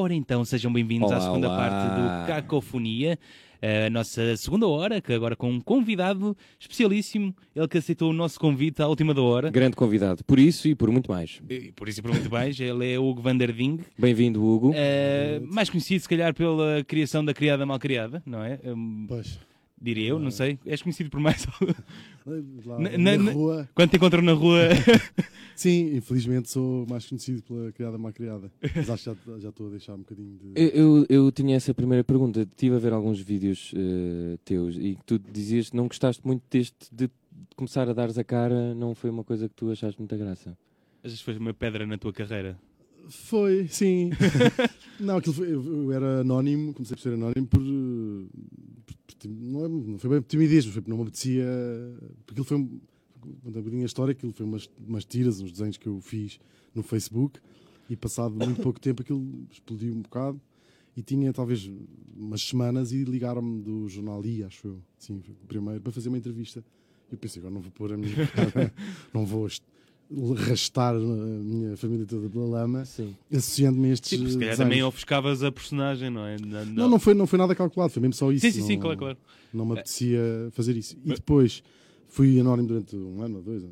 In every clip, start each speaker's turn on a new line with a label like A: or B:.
A: Ora então, sejam bem-vindos à
B: Olá,
A: segunda
B: olá.
A: parte do Cacofonia, a nossa segunda hora, que agora com um convidado especialíssimo, ele que aceitou o nosso convite à última da hora,
B: Grande convidado. Por isso e por muito mais.
A: e por isso e por muito mais, ele é Hugo Vanderding,
B: Bem-vindo, Hugo.
A: É. eh, mais conhecido se calhar pela criação da criada mal criada, não é? Hum,
C: Pois.
A: diria eu, não sei. És conhecido por mais
C: Lá
A: Na-
C: na,
A: na- na-
C: rua.
A: quando te encontram na rua.
C: Sim, infelizmente sou mais conhecido pela criada má criada. Mas acho que já- já estou a deixar um bocadinho de.
B: Eu, eu, eu tinha essa primeira pergunta. Estive a ver alguns vídeos eh, teus e que tu dizias que não gostaste muito deste de começar a dares a cara, não foi uma coisa que tu achaste muita graça.
A: Achas que foi uma pedra na tua carreira?
C: Foi, sim. não, aquilo foi, eu, eu era anónimo, comecei por ser anónimo por. eh, por- por tim- não, é- não foi bem por timidez, mas foi porque não me apetecia. Porque aquilo foi. um- Conta um bocadinho a história, aquilo foi umas, umas tiras, uns desenhos que eu fiz no Facebook e passado muito pouco tempo aquilo explodiu um bocado e tinha talvez umas semanas e ligaram-me do jornal I, acho eu, sim, foi o primeiro, para fazer uma entrevista. E eu pensei, agora não vou pôr a minha cara, não vou est- arrastar a minha família toda pela
A: Ah,
C: lama
B: Sim.
C: associando-me a estes.
A: Sim, se calhar
C: desenhos.
A: também ofuscavas a personagem, não é? Não,
C: Não, não foi, não foi nada calculado, foi mesmo só isso.
A: sim, sim, sim,
C: não,
A: claro, claro.
C: Não me apetecia fazer isso. E depois fui anónimo durante um ano ou dois. E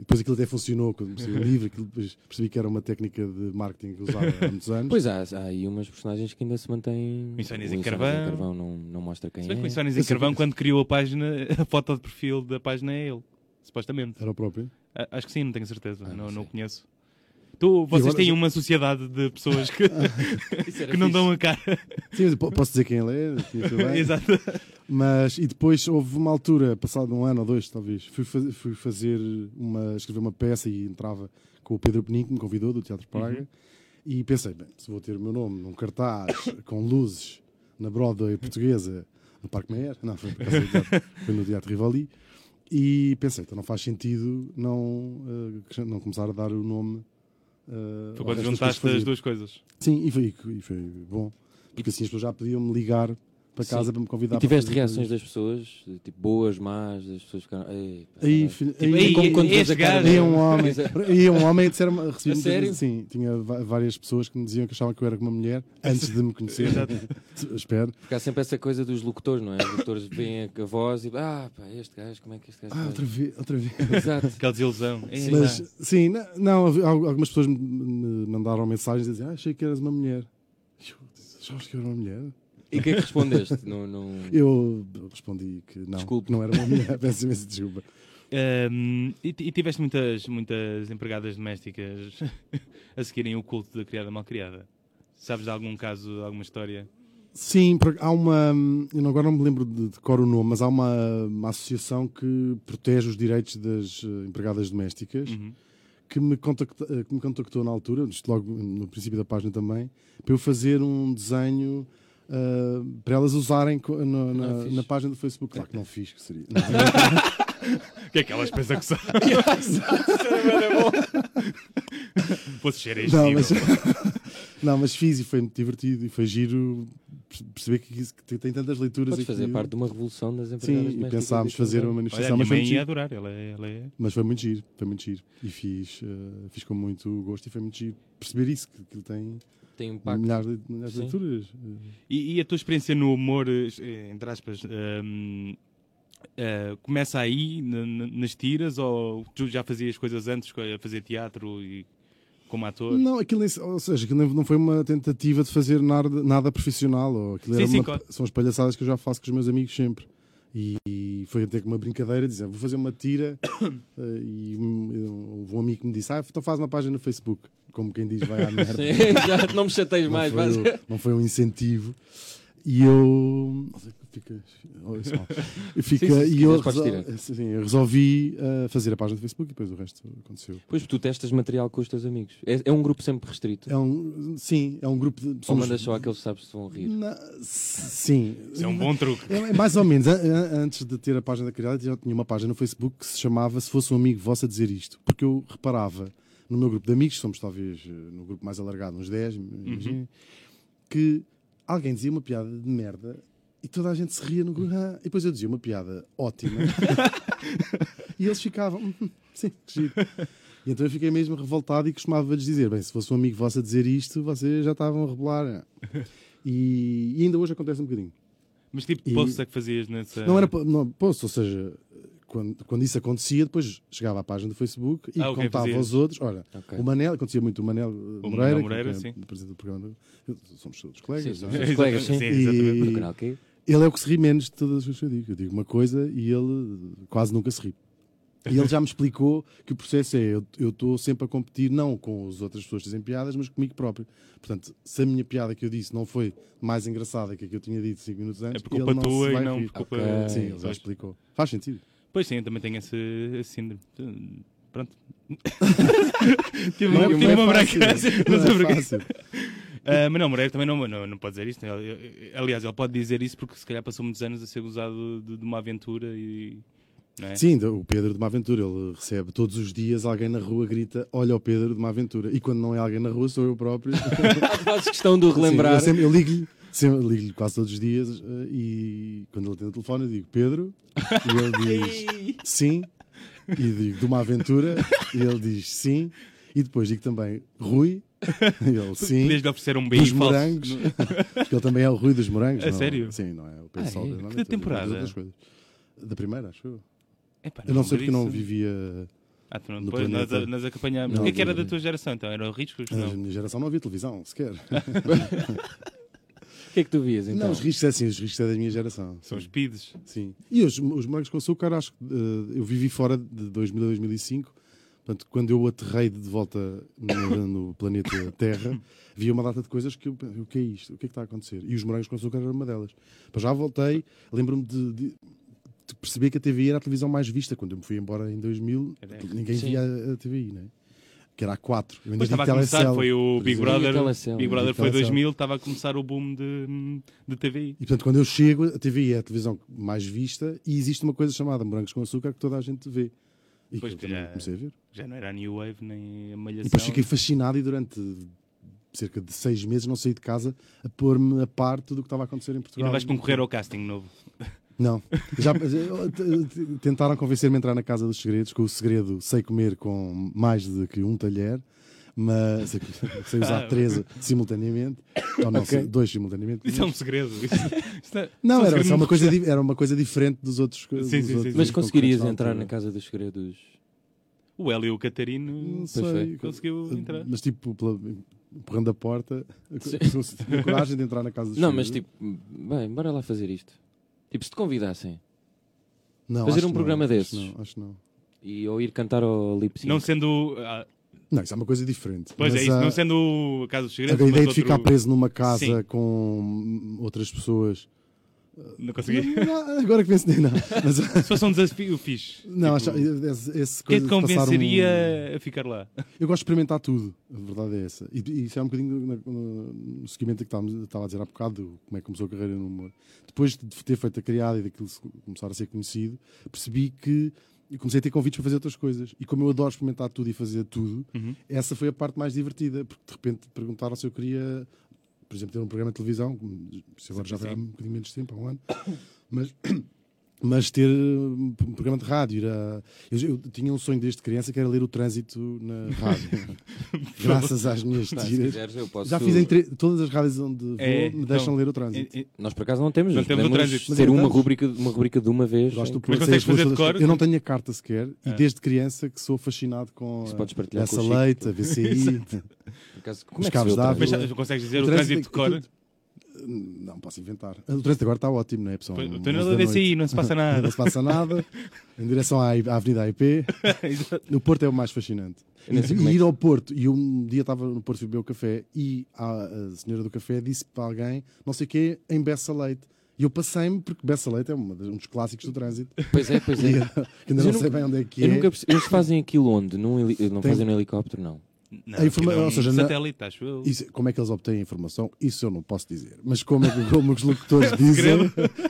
C: depois aquilo até funcionou quando comecei o livro, aquilo depois percebi que era uma técnica de marketing que eu usava há muitos anos.
B: Pois há, há aí umas personagens que ainda se mantêm.
A: O Insónias
B: o
A: em
B: Insónias
A: Carvão.
B: não, não mostra quem
A: Se bem que o
B: é.
A: Insónias em Carvão, quando criou a página, a foto de perfil da página é ele, supostamente.
C: Era o próprio.
A: A- Acho que sim, não tenho certeza,
B: Ah,
A: não,
B: não
A: não
B: sei.
A: conheço. Tu, vocês
C: agora- É
A: têm uma sociedade de pessoas que, que não dão a cara.
C: Sim, mas po- posso dizer quem ele é, tinha tudo bem.
A: Exato.
C: Mas, e depois houve uma altura, passado um ano ou dois, talvez, fui, fa- fui fazer uma, escrever uma peça e entrava com o Pedro Peninho, que me convidou do Teatro Praga,
A: Uhum.
C: e pensei, bem, se vou ter o meu nome num cartaz, com luzes, na Broadway portuguesa, no Parque Meyer, não, foi, por acaso no teatro, foi no Teatro Rivali, e pensei, então não faz sentido não, eh, acrescent- não começar a dar o nome. eh,
A: Foi
C: ao
A: quando
C: resto das coisas que
A: juntaste
C: fazia.
A: as duas coisas.
C: Sim, e foi, e foi bom, porque assim as pessoas já podiam-me ligar para
B: Sim.
C: casa para me convidar
B: E
C: para
B: tiveste
C: fazer
B: reações
C: coisas.
B: das pessoas, tipo boas, más, as pessoas ficaram. "Ei, pá,
C: Aí,
B: caralho."
C: filho,
A: Tipo,
C: aí,
A: "Ei,
B: como quando vês
A: este
B: a cara
A: gajo
C: aí é
B: dele.
C: um homem,
B: Pois é.
C: aí é um homem, disseram, recebi
B: A
C: muitas
B: sério?
C: vezes- sim, assim, tinha va- várias pessoas que me diziam que achavam que eu era uma mulher antes de me conhecer.
A: Exato.
C: Espero.
B: Porque há sempre essa coisa dos locutores, não é? Os locutores veem a- a voz e. Ah, pá, este gajo, como é que este gajo.
C: Ah,
B: faz?"
C: outra vez, outra vez.
B: Exato.
A: Aquela desilusão. É,
C: Mas,
A: pá.
C: sim, na- não, houve- al- algumas pessoas me- me mandaram mensagens e diziam, ah, achei que eras uma mulher. E eu disse, Achavas que eu era uma mulher?
B: E o que é que respondeste? não, não...
C: Eu respondi que não,
B: Desculpe.
C: que não era uma mulher. Peço imensa desculpa.
A: Ahm, e, ti- e tiveste muitas, muitas empregadas domésticas a seguirem o culto da criada mal criada. Sabes de algum caso, alguma história?
C: Sim, por- há uma. Eu não- agora não me lembro de, de cor o nome, mas há uma, uma associação que protege os direitos das eh, empregadas domésticas
A: Uhum.
C: que, me contacta, eh, que me contactou na altura, isto logo no princípio da página também, para eu fazer um desenho. eh, para elas usarem co- na, na-
B: Ah, fixe.
C: na página do Facebook. Claro que não fiz, que seria. Não,
A: O que é que elas pensam que são? Fosse ser este
C: Não,
A: nível.
C: mas, não, mas fiz e foi muito divertido e foi giro perce- perceber que, isso- que tem tantas leituras
B: Podes fazer
C: aquilo.
B: parte de uma revolução das empresas.
C: Sim, e pensámos fazer
B: é?
C: é uma
A: Olha,
C: manifestação,
A: a minha
C: mas foi
A: mãe
C: muito
A: ia
C: giro.
A: adorar, ela é- ela é
C: Mas foi muito giro, foi muito giro. E fiz, eh, fiz com muito gosto e foi muito giro perceber isso, que aquilo tem
B: Tem um impacto.
C: milhares de, milhares de
B: Sim.
C: leituras.
A: E, e a tua experiência no humor, eh, entre aspas, hum, eh, começa aí, n- n- nas tiras, ou tu já fazias coisas antes, co- a fazer teatro e como ator?
C: Não, aquilo nem, se- ou seja, aquilo nem- não foi uma tentativa de fazer nada, nada profissional. Ou aquilo
A: Sim,
C: era
A: sim,
C: uma-
A: claro.
C: São as palhaçadas que eu já faço com os meus amigos sempre. E, e foi até com uma brincadeira, dizer, vou fazer uma tira eh, e um, um amigo que me disse, ah, então faz uma página no Facebook. Como quem diz, vai à merda.
B: Sim, exato, não me chateias mais.
C: não,
B: Mas...
C: foi, o- não foi um incentivo. E eu. Fica. oh, isso mal.
B: Sim,
C: Fica-
B: sim, se
C: e eu,
B: quiseres, podes
C: resol- sim, eu resolvi ah, fazer a página do Facebook e depois o resto aconteceu.
B: Pois tu testas material com os teus amigos. É, é um grupo sempre restrito.
C: É um, sim, é um grupo de.
B: Ou
C: somos-
B: mandas só aqueles que sabes que se vão rir.
C: Na- sim.
A: Isso é um bom truque.
C: É mais ou menos, An- an- antes de ter a página da criada, já tinha uma página no Facebook que se chamava Se Fosse um Amigo Vosso a Dizer Isto, porque eu reparava no meu grupo de amigos, somos talvez eh, no grupo mais alargado, uns 10, imagina, que alguém dizia uma piada de merda e toda a gente se ria no grupo, "Ah", e depois eu dizia uma piada ótima e eles ficavam, "Hum, sim, hum, que giro. E então eu fiquei mesmo revoltado e costumava-lhes dizer: bem, se fosse um amigo vosso a dizer isto, vocês já estavam a rebelar. E, e ainda hoje acontece um bocadinho.
A: Mas tipo,
C: E-
A: posts é que fazias nessa.
C: Não era po- não, post, ou seja, quando, quando isso acontecia, depois chegava à página do Facebook e
A: Ah, ok,
C: contava
A: fazia.
C: aos outros. Olha,
B: Ok.
C: o Manel, acontecia muito o Manel eh,
A: Manel
C: Moreira,
A: Moreira,
C: que é
A: sim.
C: o presidente do programa. do- Somos todos colegas,
B: Sim,
C: não é?
B: sim.
A: Exatamente.
B: colegas, sim.
A: Sim, exatamente.
C: E
B: No canal, ok?
C: ele é o que se ri menos de todas as coisas que eu digo. Eu digo uma coisa e ele eh, quase nunca se ri. E ele já me explicou que o processo é: eu- eu estou sempre a competir, não com as outras pessoas que dizem piadas, mas comigo próprio. Portanto, se a minha piada que eu disse não foi mais engraçada que a que eu tinha dito 5 minutos
A: É
C: antes,
A: por
C: ele
A: culpa
C: não
A: tua
C: se vai
A: e não
C: rir.
A: por culpa.
B: Ok.
C: Sim, ele já
A: Pois.
C: explicou. Faz sentido.
A: Pois sim, eu também tenho esse esse síndrome. Hum, Pronto. tive
C: Não
A: uma,
C: é-
A: tive
C: não é
A: uma
C: fácil.
A: branca. Não sei
C: Não é
A: porquê.
C: fácil.
A: Ah, mas não, Moreira também não, não, não pode dizer isso. Ele- ele- Aliás, ele pode dizer isso porque se calhar passou muitos anos a ser gozado de, de uma aventura e. Não é?
C: Sim, então, o Pedro de uma aventura, ele recebe todos os dias alguém na rua grita: Olha o Pedro de uma aventura. E quando não é alguém na rua, sou eu próprio.
B: Faço questão de o relembrar.
C: Sim, eu sempre- eu ligo-lhe sempre- eu ligo-lhe quase todos os dias eh, e quando ele tem o telefone eu digo Pedro e ele diz sim e digo de uma aventura e ele diz sim e depois digo também Rui e ele sim
A: Podias lhe oferecer um
C: dos
A: beijo falso.
C: morangos porque ele também é o Rui dos morangos
A: A
C: não-
A: sério?
C: sim não é o
B: Ah, é?
C: pessoal
B: Que
C: da aventura,
A: temporada?
C: das outras coisas. da primeira acho eu
A: Epá,
C: eu não sei porque
A: lembro
C: não
A: disso.
C: vivia
A: Ah, tu não,
C: no
A: pois, nós,
C: planeta.
A: nós acompanhámos.
C: Não,
A: O que é que era
C: não.
A: da tua geração então? Eram riscos?
C: na
A: Não.
C: minha geração não havia televisão sequer
B: O que é que tu vias então?
C: não os riscos é assim os riscos é da minha geração
A: São os pides.
C: Sim. E os, os morangos com açúcar, acho que eh, eu vivi fora de 2000 a 2005. Portanto, quando eu aterrei de volta no, no planeta Terra, vi uma data de coisas que eu pensei, o que é isto? O que é que está a acontecer? E os morangos com açúcar era uma delas. Mas já voltei, lembro-me de, de- de perceber que a TVI era a televisão mais vista. Quando eu me fui embora em 2000,
A: Caraca.
C: ninguém
B: Sim.
C: via a, a TVI, né? que era a 4. Eu ainda
A: Depois
C: vi
A: estava a começar,
C: Telecel,
A: foi o
C: por
A: Big
C: exemplo.
A: Brother.
B: Telecel,
A: Big
B: né?
A: Brother foi
C: Telecel.
A: 2000, estava a começar o boom de, de TVI.
C: E portanto, quando eu chego, a TVI é a televisão mais vista e existe uma coisa chamada Morangos com Açúcar que toda a gente vê. E
A: Pois, é.
C: que eu também
A: já-
C: comecei a ver.
A: Já não era a New Wave nem a
C: E
A: Malhação.
C: depois fiquei fascinado e durante cerca de seis meses não saí de casa a pôr-me a par tudo o que estava a acontecer em
A: E
C: Portugal.
A: não vais concorrer ao casting novo.
C: Não. Já, t- t- tentaram convencer-me a entrar na Casa dos Segredos, com o segredo sei comer com mais de que um talher, mas sei, sei usar
A: Ah.
C: três simultaneamente, ou não,
B: Ok.
C: dois simultaneamente.
A: Isso é um segredo. Isso- isso é-
C: Não,
A: isso é um segredo
C: era, era, uma
A: muito-
C: coisa, di- era uma coisa diferente dos outros. co-
A: Sim,
C: dos
A: sim, sim, sim.
C: outros
B: Mas
C: concorrentes
B: conseguirias
C: da
B: entrar
C: altura.
B: na Casa dos Segredos?
A: O Hélio e o Catarino
C: né? Não
B: Pois
C: sei.
B: foi.
A: conseguiu entrar.
C: Mas tipo, pela, empurrando a porta,
B: Sim.
C: tive coragem de entrar na casa dos
B: Não,
C: filhos.
B: mas tipo, bem, bora lá fazer isto. Tipo, se te convidassem
C: Não,
B: fazer
C: acho
B: um
C: que
B: programa
C: não,
B: desses.
C: Acho que não, acho que não.
B: e ou ir cantar ao lip sync.
A: Não sendo. ah,
C: Não, isso é uma coisa diferente.
A: pois
C: Mas
A: é, isso.
C: a-
A: Não sendo o caso dos
C: A
A: segredos.
C: ideia
A: mas
C: de
A: outro-
C: ficar preso numa casa
A: Sim.
C: com outras pessoas.
A: Não consegui.
C: Não, agora que penso, não. Mas,
A: Se fosse um desafio fixe.
C: não,
A: tipo,
C: acho, esse, esse
A: Quem
C: coisa
A: te
C: de passar um-
A: convenceria a ficar lá?
C: Eu gosto de experimentar tudo, a verdade é essa. E, e isso é um bocadinho na- no, no seguimento que estávamos- estava a dizer há bocado, como é que começou a carreira no humor. Depois de ter feito a criada e daquilo se- começar a ser conhecido, percebi que e comecei a ter convites para fazer outras coisas. E como eu adoro experimentar tudo e fazer tudo,
A: Uhum.
C: essa foi a parte mais divertida, porque de repente perguntaram se eu queria, por exemplo, ter um programa de televisão, como- se agora já foi há um bocadinho menos tempo, há um ano, mas mas ter um programa de rádio. Ir a... eu, eu tinha um sonho desde criança que era ler o trânsito na rádio. Graças às minhas
B: Pá, se
C: tiras.
B: quiseres, eu posso...
C: Já fiz em tre- todas as rádios onde vou,
A: É,
C: me deixam
A: então,
C: ler o trânsito.
A: E- e-
B: Nós por acaso não temos,
A: Não
B: mas
A: temos o
B: podemos
A: trânsito.
C: Mas
B: ter uma
C: inventamos.
B: rubrica, uma rubrica de uma vez.
C: Gosto
B: em
C: do
B: que
A: Mas
C: Porto,
A: consegues
C: sei as ruas
A: fazer Ah. de
C: todas.
A: cor?
C: Eu não tenho a carta sequer e desde criança que sou fascinado com
B: Isso
C: a-
B: podes partilhar
C: essa
B: com o Chico.
C: leite, a VCI,
B: por acaso- Como
C: os
B: é que se vê
C: cabos
B: o
C: d'água.
A: Mas
B: trânsito?
A: já- consegues dizer o
C: O
A: trânsito
C: trânsito
A: de cor?
C: Não, posso inventar. O trânsito agora está ótimo, não é, pessoal?
A: O túnel da
C: VCI
A: DCI, não se passa
C: Não
A: nada.
C: se passa nada. Em direção à, I- à Avenida AIP. No Porto é o mais fascinante.
B: Eu nem sei
C: E
B: como é que-
C: ir ao Porto, e um dia estava no Porto e beber o café, e a, a senhora do café disse para alguém, não sei o quê, em Bessa Leite. E eu passei-me, porque Bessa Leite é uma das- um dos clássicos do trânsito.
B: Pois é, pois
C: E,
B: é.
C: que ainda
B: Mas
C: não
B: eu
C: sei
B: nunca-
C: bem onde é que
B: Eu
C: é.
B: nunca perce- Eles fazem aquilo onde? Num heli- Não
C: Tem-
B: fazem no helicóptero, não.
A: Não,
C: A informa-
A: aquilo é um
C: ou seja, na-
A: satélite, acho eu.
C: Isso- como é que eles obtêm a informação? Isso eu não posso dizer. Mas como, é que- como os locutores dizem.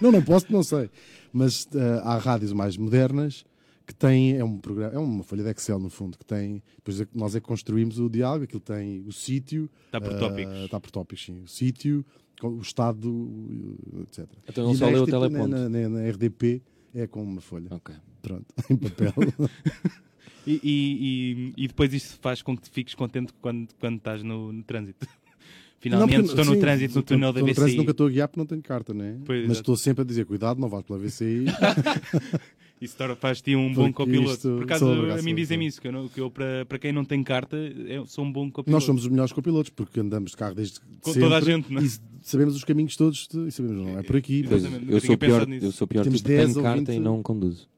C: não, não posso, não sei. Mas ah, há rádios mais modernas que têm. É, um programa, é uma folha de Excel, no fundo, que tem. Depois é que nós é que construímos o diálogo, aquilo tem o sítio.
A: Está Tá por
C: ah,
A: tópicos.
C: Está por tópicos, sim. O sítio, com- o estado, etc.
B: Então ele
C: E
B: só
C: na
B: leu o
C: RTP
B: teleponto.
C: Na, na- na RDP é com uma folha.
B: Ok.
C: Pronto, em papel.
A: E, e- e- e depois isso faz com que fiques contente quando, quando estás no, no trânsito. Finalmente
C: porque-
A: estou no
C: sim,
A: trânsito, no
C: estou-
A: túnel da
C: estou no trânsito,
A: BCI.
C: nunca estou a guiar porque não tenho carta, né?
A: Pois,
C: Mas
A: exato.
C: estou sempre a dizer, cuidado, não vais pela VCI.
A: Isso torna- faz-te um bom
C: Porque
A: copiloto.
C: isto-
A: Por acaso,
C: sou obrigado,
A: a mim
C: sou
A: dizem-me
C: obrigado.
A: isso, que eu, não- que eu, para, para quem não tem carta, eu sou um bom copiloto.
C: Nós somos os melhores copilotos porque andamos de carro desde
A: Com
C: sempre
A: toda a gente, não é?
C: e sabemos os caminhos todos de- e sabemos, não é por aqui.
B: Pois,
A: Exatamente, nunca
B: eu,
A: tinha
B: sou pior,
A: pensado nisso.
B: eu sou pior
C: Temos
B: tipo,
C: 10
B: tenho
C: ou
B: carta
C: 20.
B: e não conduzo.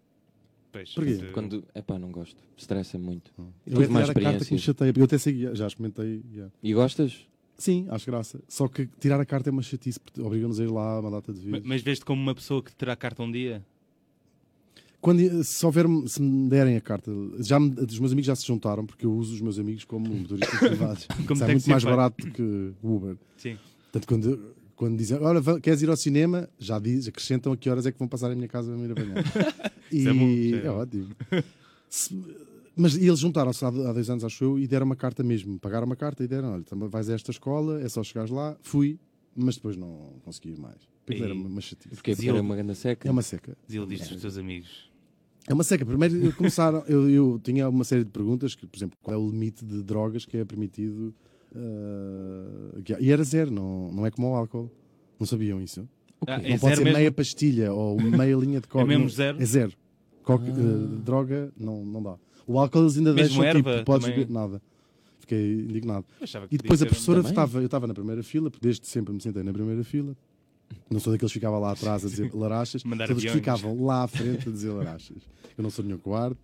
A: Pois,
C: Porquê?
A: mas, eh,
B: Quando, epá, não gosto. Estressa-me muito.
C: Eu ia
B: Tive mais
C: tirar a carta que me
B: experiências.
C: chateia. Eu até sei guiar, já experimentei. guiar.
B: E gostas?
C: Sim, acho graça. Só que tirar a carta é uma chatice porque obriga-nos a ir lá uma data de
A: ma-
C: vezes.
A: mas vês-te como uma pessoa que terá carta um dia?
C: Quando, se, houver, se me derem a carta, já me- os meus amigos já se juntaram porque eu uso os meus amigos como motoristas privados.
A: Como tem
C: Isso é
A: que
C: muito
A: ser
C: mais
A: feito.
C: barato que o Uber.
A: Sim.
C: Portanto, quando, quando dizem, olha, va- queres ir ao cinema? Já diz, acrescentam a que horas é que vão passar a minha casa para me ir apanhar. e
A: Isso é bom, isso é
C: é,
A: bom.
C: ótimo. Se- mas eles juntaram-se há, há dois anos, acho eu, e deram uma carta mesmo. Pagaram uma carta e deram, olha, também vais a esta escola, é só chegares lá. Fui, mas depois não consegui ir mais. Porque
A: E-
C: era uma, uma chatice.
B: Porque
A: Zil.
B: era uma grande seca.
C: É uma seca.
A: Desiludidos dos teus amigos.
C: É uma seca. Primeiro começaram, eu, eu tinha uma série de perguntas, que, por exemplo, qual é o limite de drogas que é permitido? ah, que- e era zero, não, não é como o álcool. Não sabiam isso?
B: O quê?
A: Ah,
C: não
A: é
C: pode
A: zero
C: ser
A: mesmo?
C: meia pastilha ou meia linha de coca.
A: É mesmo
C: Não,
A: zero? Ah.
C: É zero. Coca, eh, droga, não, não dá. O álcool eles ainda
A: Mesmo
C: deixam
A: erva
C: tipo, podes
A: também?
C: beber nada. Fiquei indignado.
A: Eu achava que
C: E depois
A: podia ser
C: a
A: um-
C: professora
B: também?
C: estava, eu estava na primeira fila, porque desde sempre me sentei na primeira fila. Não sou daqueles que ficava lá atrás a dizer larachas, sou
A: Mandar
C: daqueles que
A: aviões.
C: ficavam lá à frente a dizer larachas. Eu não sou nenhum cobarde.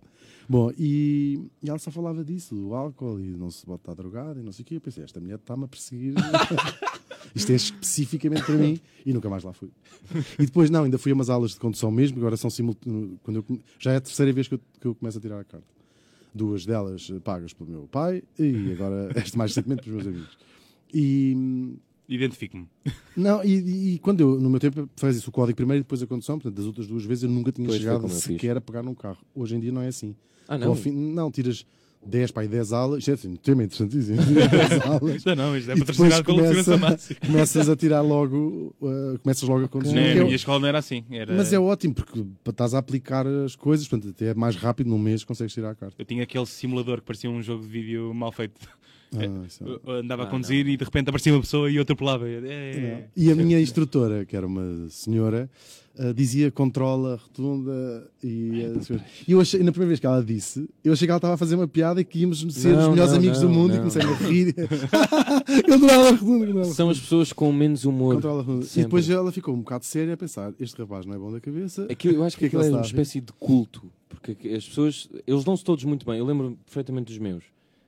C: Bom, e, e ela só falava disso, do álcool e não se pode estar drogada e não sei o quê. Eu pensei, esta mulher está-me a perseguir. Isto é especificamente para mim e nunca mais lá fui. E depois, não, ainda fui a umas aulas de condução mesmo, agora são simultâneas. Já é a terceira vez que eu, que eu começo a tirar a carta. Duas delas eh, pagas pelo meu pai e agora este mais recentemente pelos meus amigos. E,
A: Identifico-me.
C: não, e, e quando eu, no meu tempo, fazia-se o código primeiro e depois a condução, portanto, das outras duas vezes eu nunca tinha
B: Pois, foi
C: chegado
B: como eu fiz.
C: sequer a pegar num carro. Hoje em dia não é assim.
B: Ah,
C: Tu
B: não.
C: ao fim- não, tiras 10 para aí 10 aulas, isto é assim, um tema interessantíssimo, tiras 10 aulas.
A: Não, não, isto é
C: e depois
A: patrocinado pelo Segurança
C: começa,
A: Máxima.
C: começas a tirar logo, uh, começas logo a conduzir.
A: Não,
C: Que é-
A: a minha escola não era assim. Era...
C: mas é ótimo, porque pa- estás a aplicar as coisas, portanto, até é mais rápido, num mês consegues tirar a carta.
A: Eu tinha aquele simulador que parecia um jogo de vídeo mal feito.
C: Ah, isso é-
A: Eu Andava a
B: Ah,
A: conduzir
B: não.
A: e de repente aparecia uma pessoa e eu atropelava. Eu, "É,
C: Não. E a minha instrutora, que era uma senhora, ah, dizia controla, rotunda e. ah, e eu achei, na primeira vez que ela disse, eu achei que ela estava a fazer uma piada e que íamos ser os
B: Não,
C: melhores
B: não,
C: amigos do
B: não,
C: mundo e
B: não.
C: comecei a rir. controla, rotunda,
A: é.
C: controla.
B: São as pessoas com menos humor.
C: Controla, rotunda. E
B: sempre.
C: depois ela ficou um bocado séria a pensar: este rapaz não é bom da cabeça.
B: Aquilo, eu acho que
C: Porque é que
B: aquilo é
C: ele
B: uma
C: está a rir?
B: espécie de culto. Porque aqui- as pessoas, eles dão-se todos muito bem. Eu lembro perfeitamente dos meus.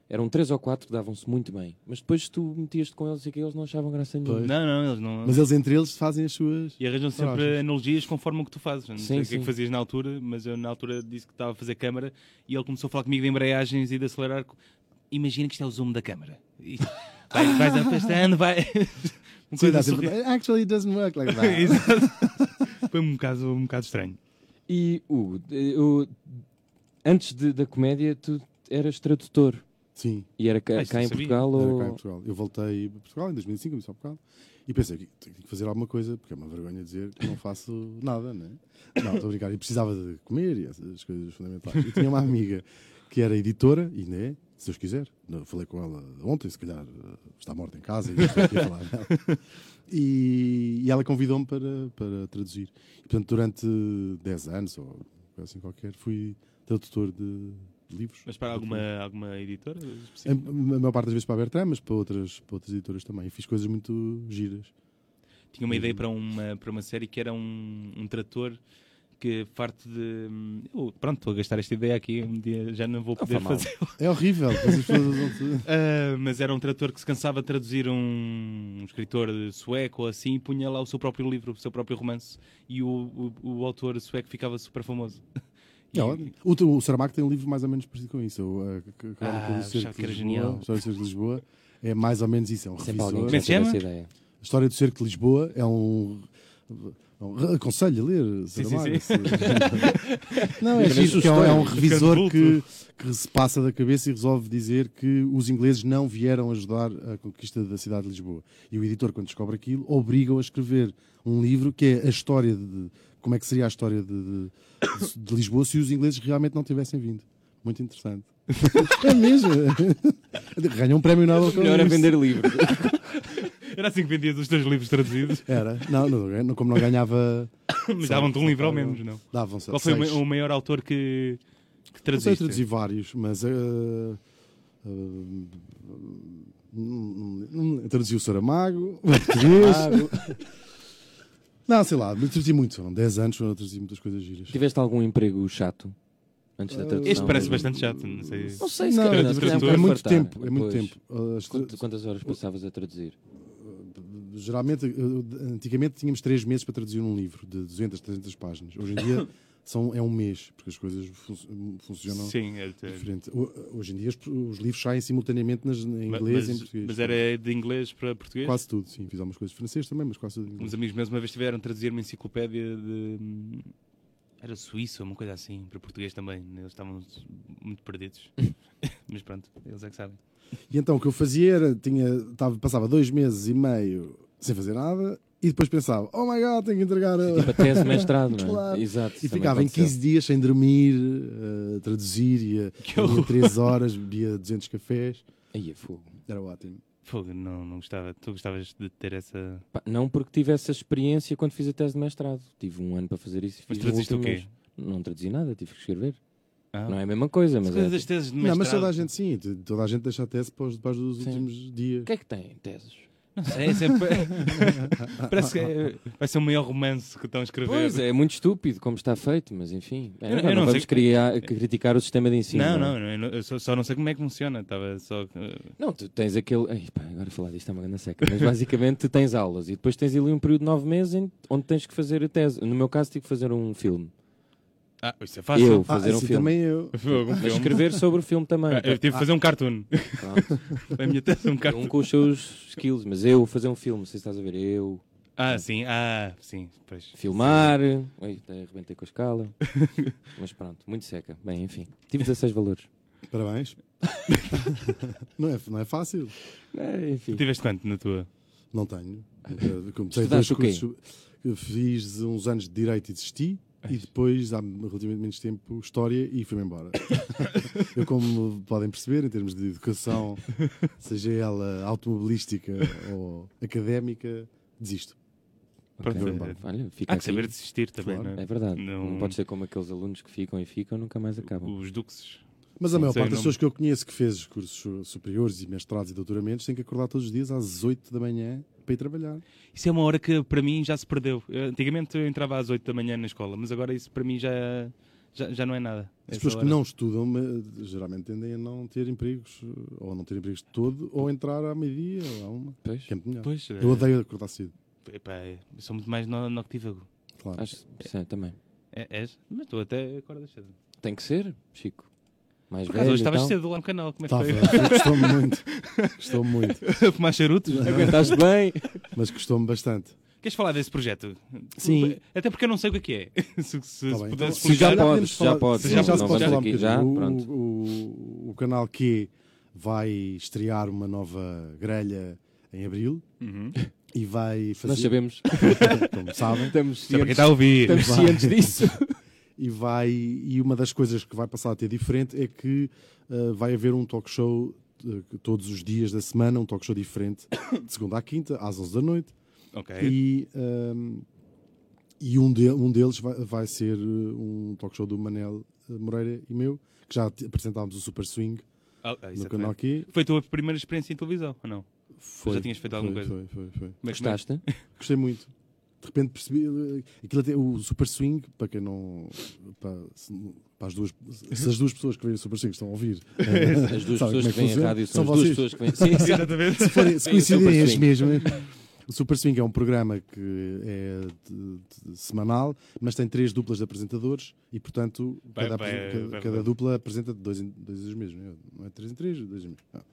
B: Eram três ou quatro que davam-se muito bem. Mas depois se tu metias-te com eles e que eles não achavam graça nenhuma.
A: Não, não, eles não.
C: Mas eles entre eles fazem as suas.
A: E arranjam sempre
C: Coragem.
A: analogias conforme o que tu fazes. Não sei
B: Sim,
A: o que é que
B: sim.
A: fazias na altura, mas eu na altura disse que estava a fazer câmara e ele começou a falar comigo de embreagens e de acelerar. Imagina que isto é o zoom da câmara. E vai, vais afastando, vai. Uma
C: Sim,
A: coisa surreal.
C: dá sempre- assim, Actually, it doesn't work like that.
A: Exato. Foi um bocado, um bocado estranho.
B: E, Hugo, eu- antes de- da comédia, tu eras tradutor.
C: Sim.
B: E era
A: Ah,
B: cá,
A: isso
B: cá
A: não
B: em
A: sabia.
B: Portugal
C: Era
B: ou...
C: cá em Portugal. Eu voltei para Portugal em 2005, comecei a Portugal, e pensei que tenho que fazer alguma coisa, porque é uma vergonha dizer que não faço nada, né? Não, estou a brincar. E precisava de comer e essas coisas fundamentais. E tinha uma amiga que era editora, e ainda é, se Deus quiser. Não, falei com ela ontem, se calhar eh, está morta em casa e eu estou aqui a falar dela. E, e ela convidou-me para, para traduzir. E, portanto, durante 10 anos, ou coisa assim qualquer, fui tradutor de livros.
A: Mas para alguma, alguma editora?
C: A, a
A: específica?
C: maior parte das vezes para a Bertrand, mas para outras, para outras editoras também. E fiz coisas muito giras.
A: Tinha uma ideia para uma, para uma série que era um, um trator que parte de. hum, Eu, pronto, estou a gastar esta ideia aqui, um dia já não vou
B: Não
A: poder
B: faz mal.
A: fazer.
C: É horrível. depois as pessoas usam-te-
A: Ah, mas era um trator que se cansava de traduzir um, um escritor sueco ou assim e punha lá o seu próprio livro, o seu próprio romance. E o, o, o autor sueco ficava super famoso. E-
C: É ótimo. o, teu- o Saramago tem um livro mais ou menos parecido com isso. O, a, C- Crónica
A: Ah,
C: do Cerco
A: achava que
C: de
A: era
C: Lisboa.
A: genial.
C: A História do Cerco de Lisboa é mais ou menos isso. É um
B: Sempre alguém
C: revisor.
B: que
A: Como é
B: já
A: que se
B: teve
A: chama?
B: essa ideia.
C: A História do Cerco de Lisboa é um. um- Aconselho a ler
A: Sim, sim,
C: Saramago.
A: sim.
C: se- Não, é,
B: Mas
C: giro,
B: isso
C: que é, um, é um
B: história.
C: revisor
A: Ficando
C: que, que se passa da cabeça e resolve dizer que os ingleses não vieram ajudar a conquista da cidade de Lisboa. E o editor, quando descobre aquilo, obriga-o a escrever um livro que é a história de. de- como é que seria a história de, de- de Lisboa se os ingleses realmente não tivessem vindo. Muito interessante. é mesmo. Ganha um prémio Nobel com
B: Melhor é
C: isso.
B: vender livros.
A: Era assim que vendias os teus livros traduzidos.
C: Era. Não, não, não, como não ganhava.
A: Mas davam-te um livro ao menos, não?
C: Davam se
A: Qual foi um o,
C: seis.
A: ma- o maior autor que, que
C: Não sei,
A: traduziste?
C: traduzi vários, mas. eh, eh, hum, hum, hum, traduzi o Saramago, o português.
B: Ah.
C: Não, sei lá, me traduzi muito, foram 10 anos, eu traduzi muitas coisas giras.
B: Tiveste algum emprego chato antes da
C: Ah,
B: tradução?
A: Este parece
C: Não,
A: bastante chato, não sei.
B: Não sei se
C: Não,
B: calhar,
A: é
B: se
A: tradutor.
B: calhar vai
C: é muito
B: fartar.
C: tempo, é muito
B: Pois.
C: tempo. As tra-
B: Quant- Quantas horas passavas a traduzir?
C: Geralmente, eh, antigamente tínhamos 3 meses para traduzir um livro de 200, 300 páginas. Hoje em dia são, é um mês, porque as coisas fun- funcionam
A: Sim, é, é-
C: diferente. Ho- Hoje em dia os, os livros saem simultaneamente nas, em
A: ma-
C: inglês e em
A: mas,
C: português.
A: mas é era de inglês para português?
C: Quase tudo, sim. Fiz algumas coisas de francês também, mas quase tudo em inglês.
A: Uns amigos meus uma vez tiveram a traduzir uma enciclopédia de. hum, Era suíço, uma coisa assim, para português também. Eles estavam muito perdidos. Mas pronto, eles é que sabem.
C: E então o que eu fazia era, tinha, tava, passava dois meses e meio sem fazer nada e depois pensava, oh my god, tenho que entregar. a-"
B: Tipo a tese de mestrado, não é?
C: Claro.
B: Exato.
C: E
B: isso também
C: ficava em
B: aconteceu.
C: 15 dias sem dormir, eh, a traduzir, ia,
A: Que
C: ia
A: horror.
C: 3 horas, bebia 200 cafés.
B: Aí é fogo.
C: Era ótimo.
A: Fogo, não, não gostava. Tu gostavas de ter essa.
B: Pá, não porque tive essa experiência quando fiz a tese de mestrado. Tive um ano para fazer isso. e
A: Mas
B: fiz no
A: traduziste o
B: último
A: quê?
B: mês. Não traduzi nada, tive que escrever.
A: Ah,
B: Não é a mesma coisa, mas
A: coisas
B: é.
A: das teses de
C: Não, mas
A: mestrado.
C: toda a gente sim, t- toda a gente deixa a tese para os, para os
B: Sim.
C: últimos dias.
B: O que é que tem teses?
A: Não sei, é sempre. Parece que é- vai ser o maior romance que estão a escrever.
B: Pois é, é muito estúpido como está feito, mas enfim. É,
A: Eu-
B: não,
A: eu
B: não
A: não sei
B: vamos
A: que-
B: criar- criticar o sistema de ensino.
A: não,
B: é?
A: não, não, eu não- eu só, só não sei como é que funciona. Estava só. eh,
B: Não, tu tens aquele. Ai, pá, agora falar disto é uma grande seca. Mas basicamente tu tens aulas e depois tens ali um período de nove meses em- onde tens que fazer a tese. No meu caso, tive que fazer um filme.
A: Ah, isso é fácil.
B: Eu.
C: Ah,
B: Fazer um
C: assim
B: filme.
C: também eu.
A: Fogo, um
B: Mas
A: filme.
B: escrever sobre o filme também.
A: Ah, Eu tive que fazer um cartoon.
B: Pronto,
A: A minha tese é um
B: um
A: cartoon.
B: com os seus skills, mas eu fazer um filme, não sei se estás a ver. Eu
A: Ah, sim, ah, sim. Pois.
B: filmar. Oi, até arrebentei com a escala. Mas pronto, muito seca. Bem, enfim. Tive 16 valores.
C: Parabéns. não, é, não é fácil.
B: É, enfim.
A: Tu tiveste quanto na tua?
C: Não tenho. Eh, Comecei
B: Estudaste
C: dois
B: o
C: cursos. Eu Fiz uns anos de Direito e desisti. E depois, há relativamente menos tempo, História e fui-me embora. Eu, como podem perceber, em termos de educação, seja ela automobilística ou académica, desisto.
A: Pronto,
C: um
B: Ok.
A: é-
B: Olha, fica
A: Há que
B: aqui.
A: saber desistir também,
C: assim. Claro.
A: não é?
B: É verdade.
A: Não-
B: Não... pode ser como aqueles alunos que ficam e ficam e nunca mais acabam.
A: Os duxes.
C: Mas a
A: Sim,
C: maior
A: sei o
C: parte das
A: nome.
C: pessoas que eu conheço que fez os cursos su- superiores e mestrados e doutoramentos têm que acordar todos os dias às 8 da manhã para ir trabalhar.
A: Isso é uma hora que para mim já se perdeu. Eu, antigamente eu entrava às 8 da manhã na escola, mas agora isso para mim já, já, já não é nada.
C: As
A: Essa
C: pessoas que
A: hora.
C: não estudam eh, geralmente tendem a não ter empregos, eh, ou a não ter empregos de todo, ou a entrar à meio-dia ou à uma.
B: Pois.
C: Que é muito melhor.
A: Pois,
C: Eu odeio acordar cedo,
A: é, epá, é- sou muito mais no- noctívago.
C: claro.
B: Acho sim, também.
A: É, és? Mas tu até acordas cedo.
B: Tem que ser, Chico. Mais
A: Por
B: velho.
A: acaso, hoje
B: e
A: estavas
B: tal.
A: cedo lá no canal. Como é
C: Estava,
A: que
C: gostou-me muito. Gostou-me muito.
A: foi? A Fumar charutos?
B: Aguentaste bem.
C: Mas gostou-me bastante.
A: Queres falar desse projeto?
C: Sim.
A: Até porque eu não sei o que é que é. Se, se,
C: Tá
A: se
C: bem.
A: pudesse
C: Então,
B: Se já
A: explicar.
C: calhar
B: podes,
C: podemos
B: já
C: falar-
B: podes.
C: sim,
A: Não,
C: já se
A: não vamos
C: pode falar um
B: aqui,
C: bocadinho.
B: já,
C: O-
B: pronto.
C: O, o, o canal Q vai estrear uma nova grelha em abril
A: Uhum.
C: e vai
B: Nós
C: fazer.
B: sabemos.
C: Como sabem.
B: Estamos
A: Só para quem
B: cientes,
A: está a ouvir.
B: estamos cientes disso.
C: E, vai, e uma das coisas que vai passar a ter diferente é que eh, vai haver um talk show eh, todos os dias da semana, um talk show diferente, de segunda à quinta, às 11 da noite.
A: Ok.
C: E, um, e um, de- um deles vai, vai ser uh, um talk show do Manel uh, Moreira e meu, que já te- apresentámos o Super Swing
A: Ah, ah,
C: no canal
A: exatamente.
C: aqui.
A: Foi a tua primeira experiência em televisão, ou não?
C: Foi,
A: já tinhas feito alguma
C: foi,
A: coisa?
C: Foi, foi, foi.
A: Como é que- como é que-
B: Gostaste?
C: Gostei muito. De repente percebi. uh, Aquilo até, o Super Swing, para quem não. Para, se, para as duas, se as duas pessoas que veem o Super Swing estão a ouvir.
B: As duas pessoas
C: Sabe como é
B: que vêm à
C: funciona?
B: rádio são, as
C: São
B: duas
C: vocês.
B: pessoas que vêm. Sim, exato.
A: Exatamente.
C: se, forem, se
B: Sim, o Super
C: coincidirem as
B: Swing.
C: mesmas. né? O Super Swing é um programa que é de- de- de- semanal, mas tem três duplas de apresentadores e, portanto,
A: Vai-
C: cada,
A: vai-
C: apresen- cada-
A: vai-
C: cada dupla apresenta dois em dois em dois mesmos. Não é três em três, dois em dois. Ah.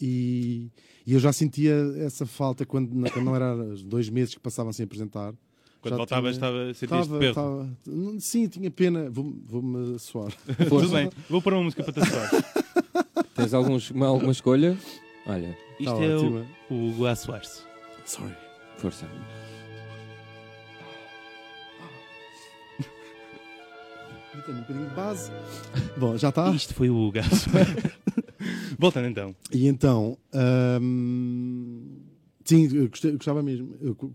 C: E, e eu já sentia essa falta quando, na- quando não eram os dois meses que passavam sem apresentar.
A: Quando
C: Já
A: voltavas,
C: tinha-
A: estava, sentias
C: Tava-
A: perro.
C: tava- Não, Sim, tinha pena. Vou- Vou-me suar.
A: Tudo bem, vou pôr uma música para te ajudar.
B: Tens alguns, uma- alguma escolha? Olha,
A: Isto
C: Tá
A: é
C: ótimo.
A: o, o Hugo A. Soares.
C: Sorry.
B: força.
C: Então, tenho um bocadinho de base. Bom, já tá? está?
A: Isto foi o gajo. Voltando então.
C: E então, hum, sim, eu gostei- eu gostava mesmo. Eu co-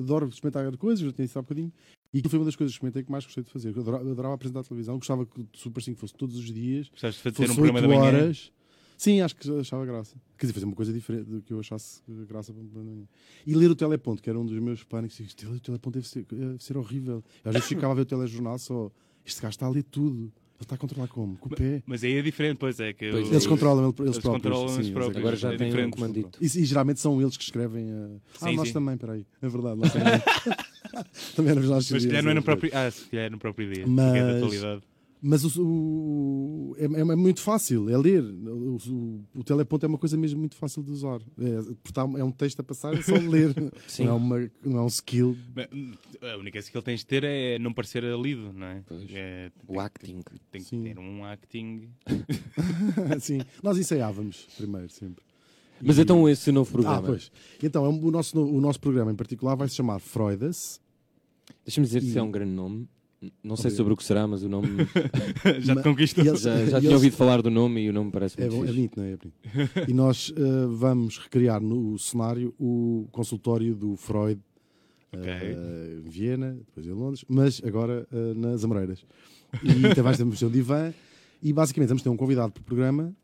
C: adoro experimentar coisas, eu já tinha dito há bocadinho. E aquilo foi uma das coisas que experimentei que mais gostei de fazer. Eu adorava, adorava apresentar televisão, gostava que o Super 5 fosse todos os dias,
A: Gostaste de fazer
C: fosse
A: um
C: oito
A: programa da manhã?
C: horas. Sim, acho que achava graça. Quer dizer, fazer uma coisa diferente do que eu achasse graça para um programa da manhã. E ler o Teleponto, que era um dos meus pânicos. Disse, "Tele- O Teleponto deve ser, deve ser horrível. Eu, às vezes ficava a ver o telejornal só. Este gajo está a ler tudo. Ele está a controlar como? Com o pé.
A: Mas aí é diferente, pois é. Que
B: Pois
A: o-
B: é.
C: Eles controlam ele- eles
A: Eles
C: próprios.
A: controlam
C: Sim,
A: eles
C: eles
A: próprios.
B: Agora já
A: É
B: tem um
A: diferente.
B: comandito.
C: E, e geralmente são eles que escrevem. uh, Ah,
A: Sim,
C: nós
A: sim.
C: também, peraí. É verdade, nós também. também éramos nós que
A: Mas se calhar
C: escrevíamos
A: não é no
C: eles.
A: próprio, ah, se calhar é no próprio dia.
C: Mas-
A: porque é da atualidade.
C: Mas o, o- é, é- é muito fácil, é ler. O, o- o teleponto é uma coisa mesmo muito fácil de usar. É, porque há- é um texto a passar, é só ler.
B: Sim.
C: não, é uma, não é um skill.
A: Mas, hum, A única coisa que ele tem de ter é não parecer lido, não é?
B: Pois.
A: É,
B: O acting.
A: tem que
C: Sim.
A: ter um acting.
C: assim, nós ensaiávamos primeiro, sempre.
B: Mas
C: E-
B: então esse novo
C: Ah,
B: programa.
C: pois. Então, é um- o nosso, no- o nosso programa em particular vai se chamar Freudas.
B: Deixa-me dizer se é um grande nome. Não sei
C: Obrigado.
B: sobre o que será, mas o nome.
A: já te
C: Mas-
A: conquistou.
C: e eles-
B: já
C: e
B: já
C: eles-
B: tinha ouvido falar do nome e o nome parece
C: É,
B: muito
C: bom, é
B: fixe.
C: bonito, não é? É bonito. E nós eh, vamos recriar no cenário o consultório do Freud eh, em Viena, depois em Londres, mas agora eh, nas Amoreiras. E também temos um divã. E basicamente vamos ter um convidado para o programa.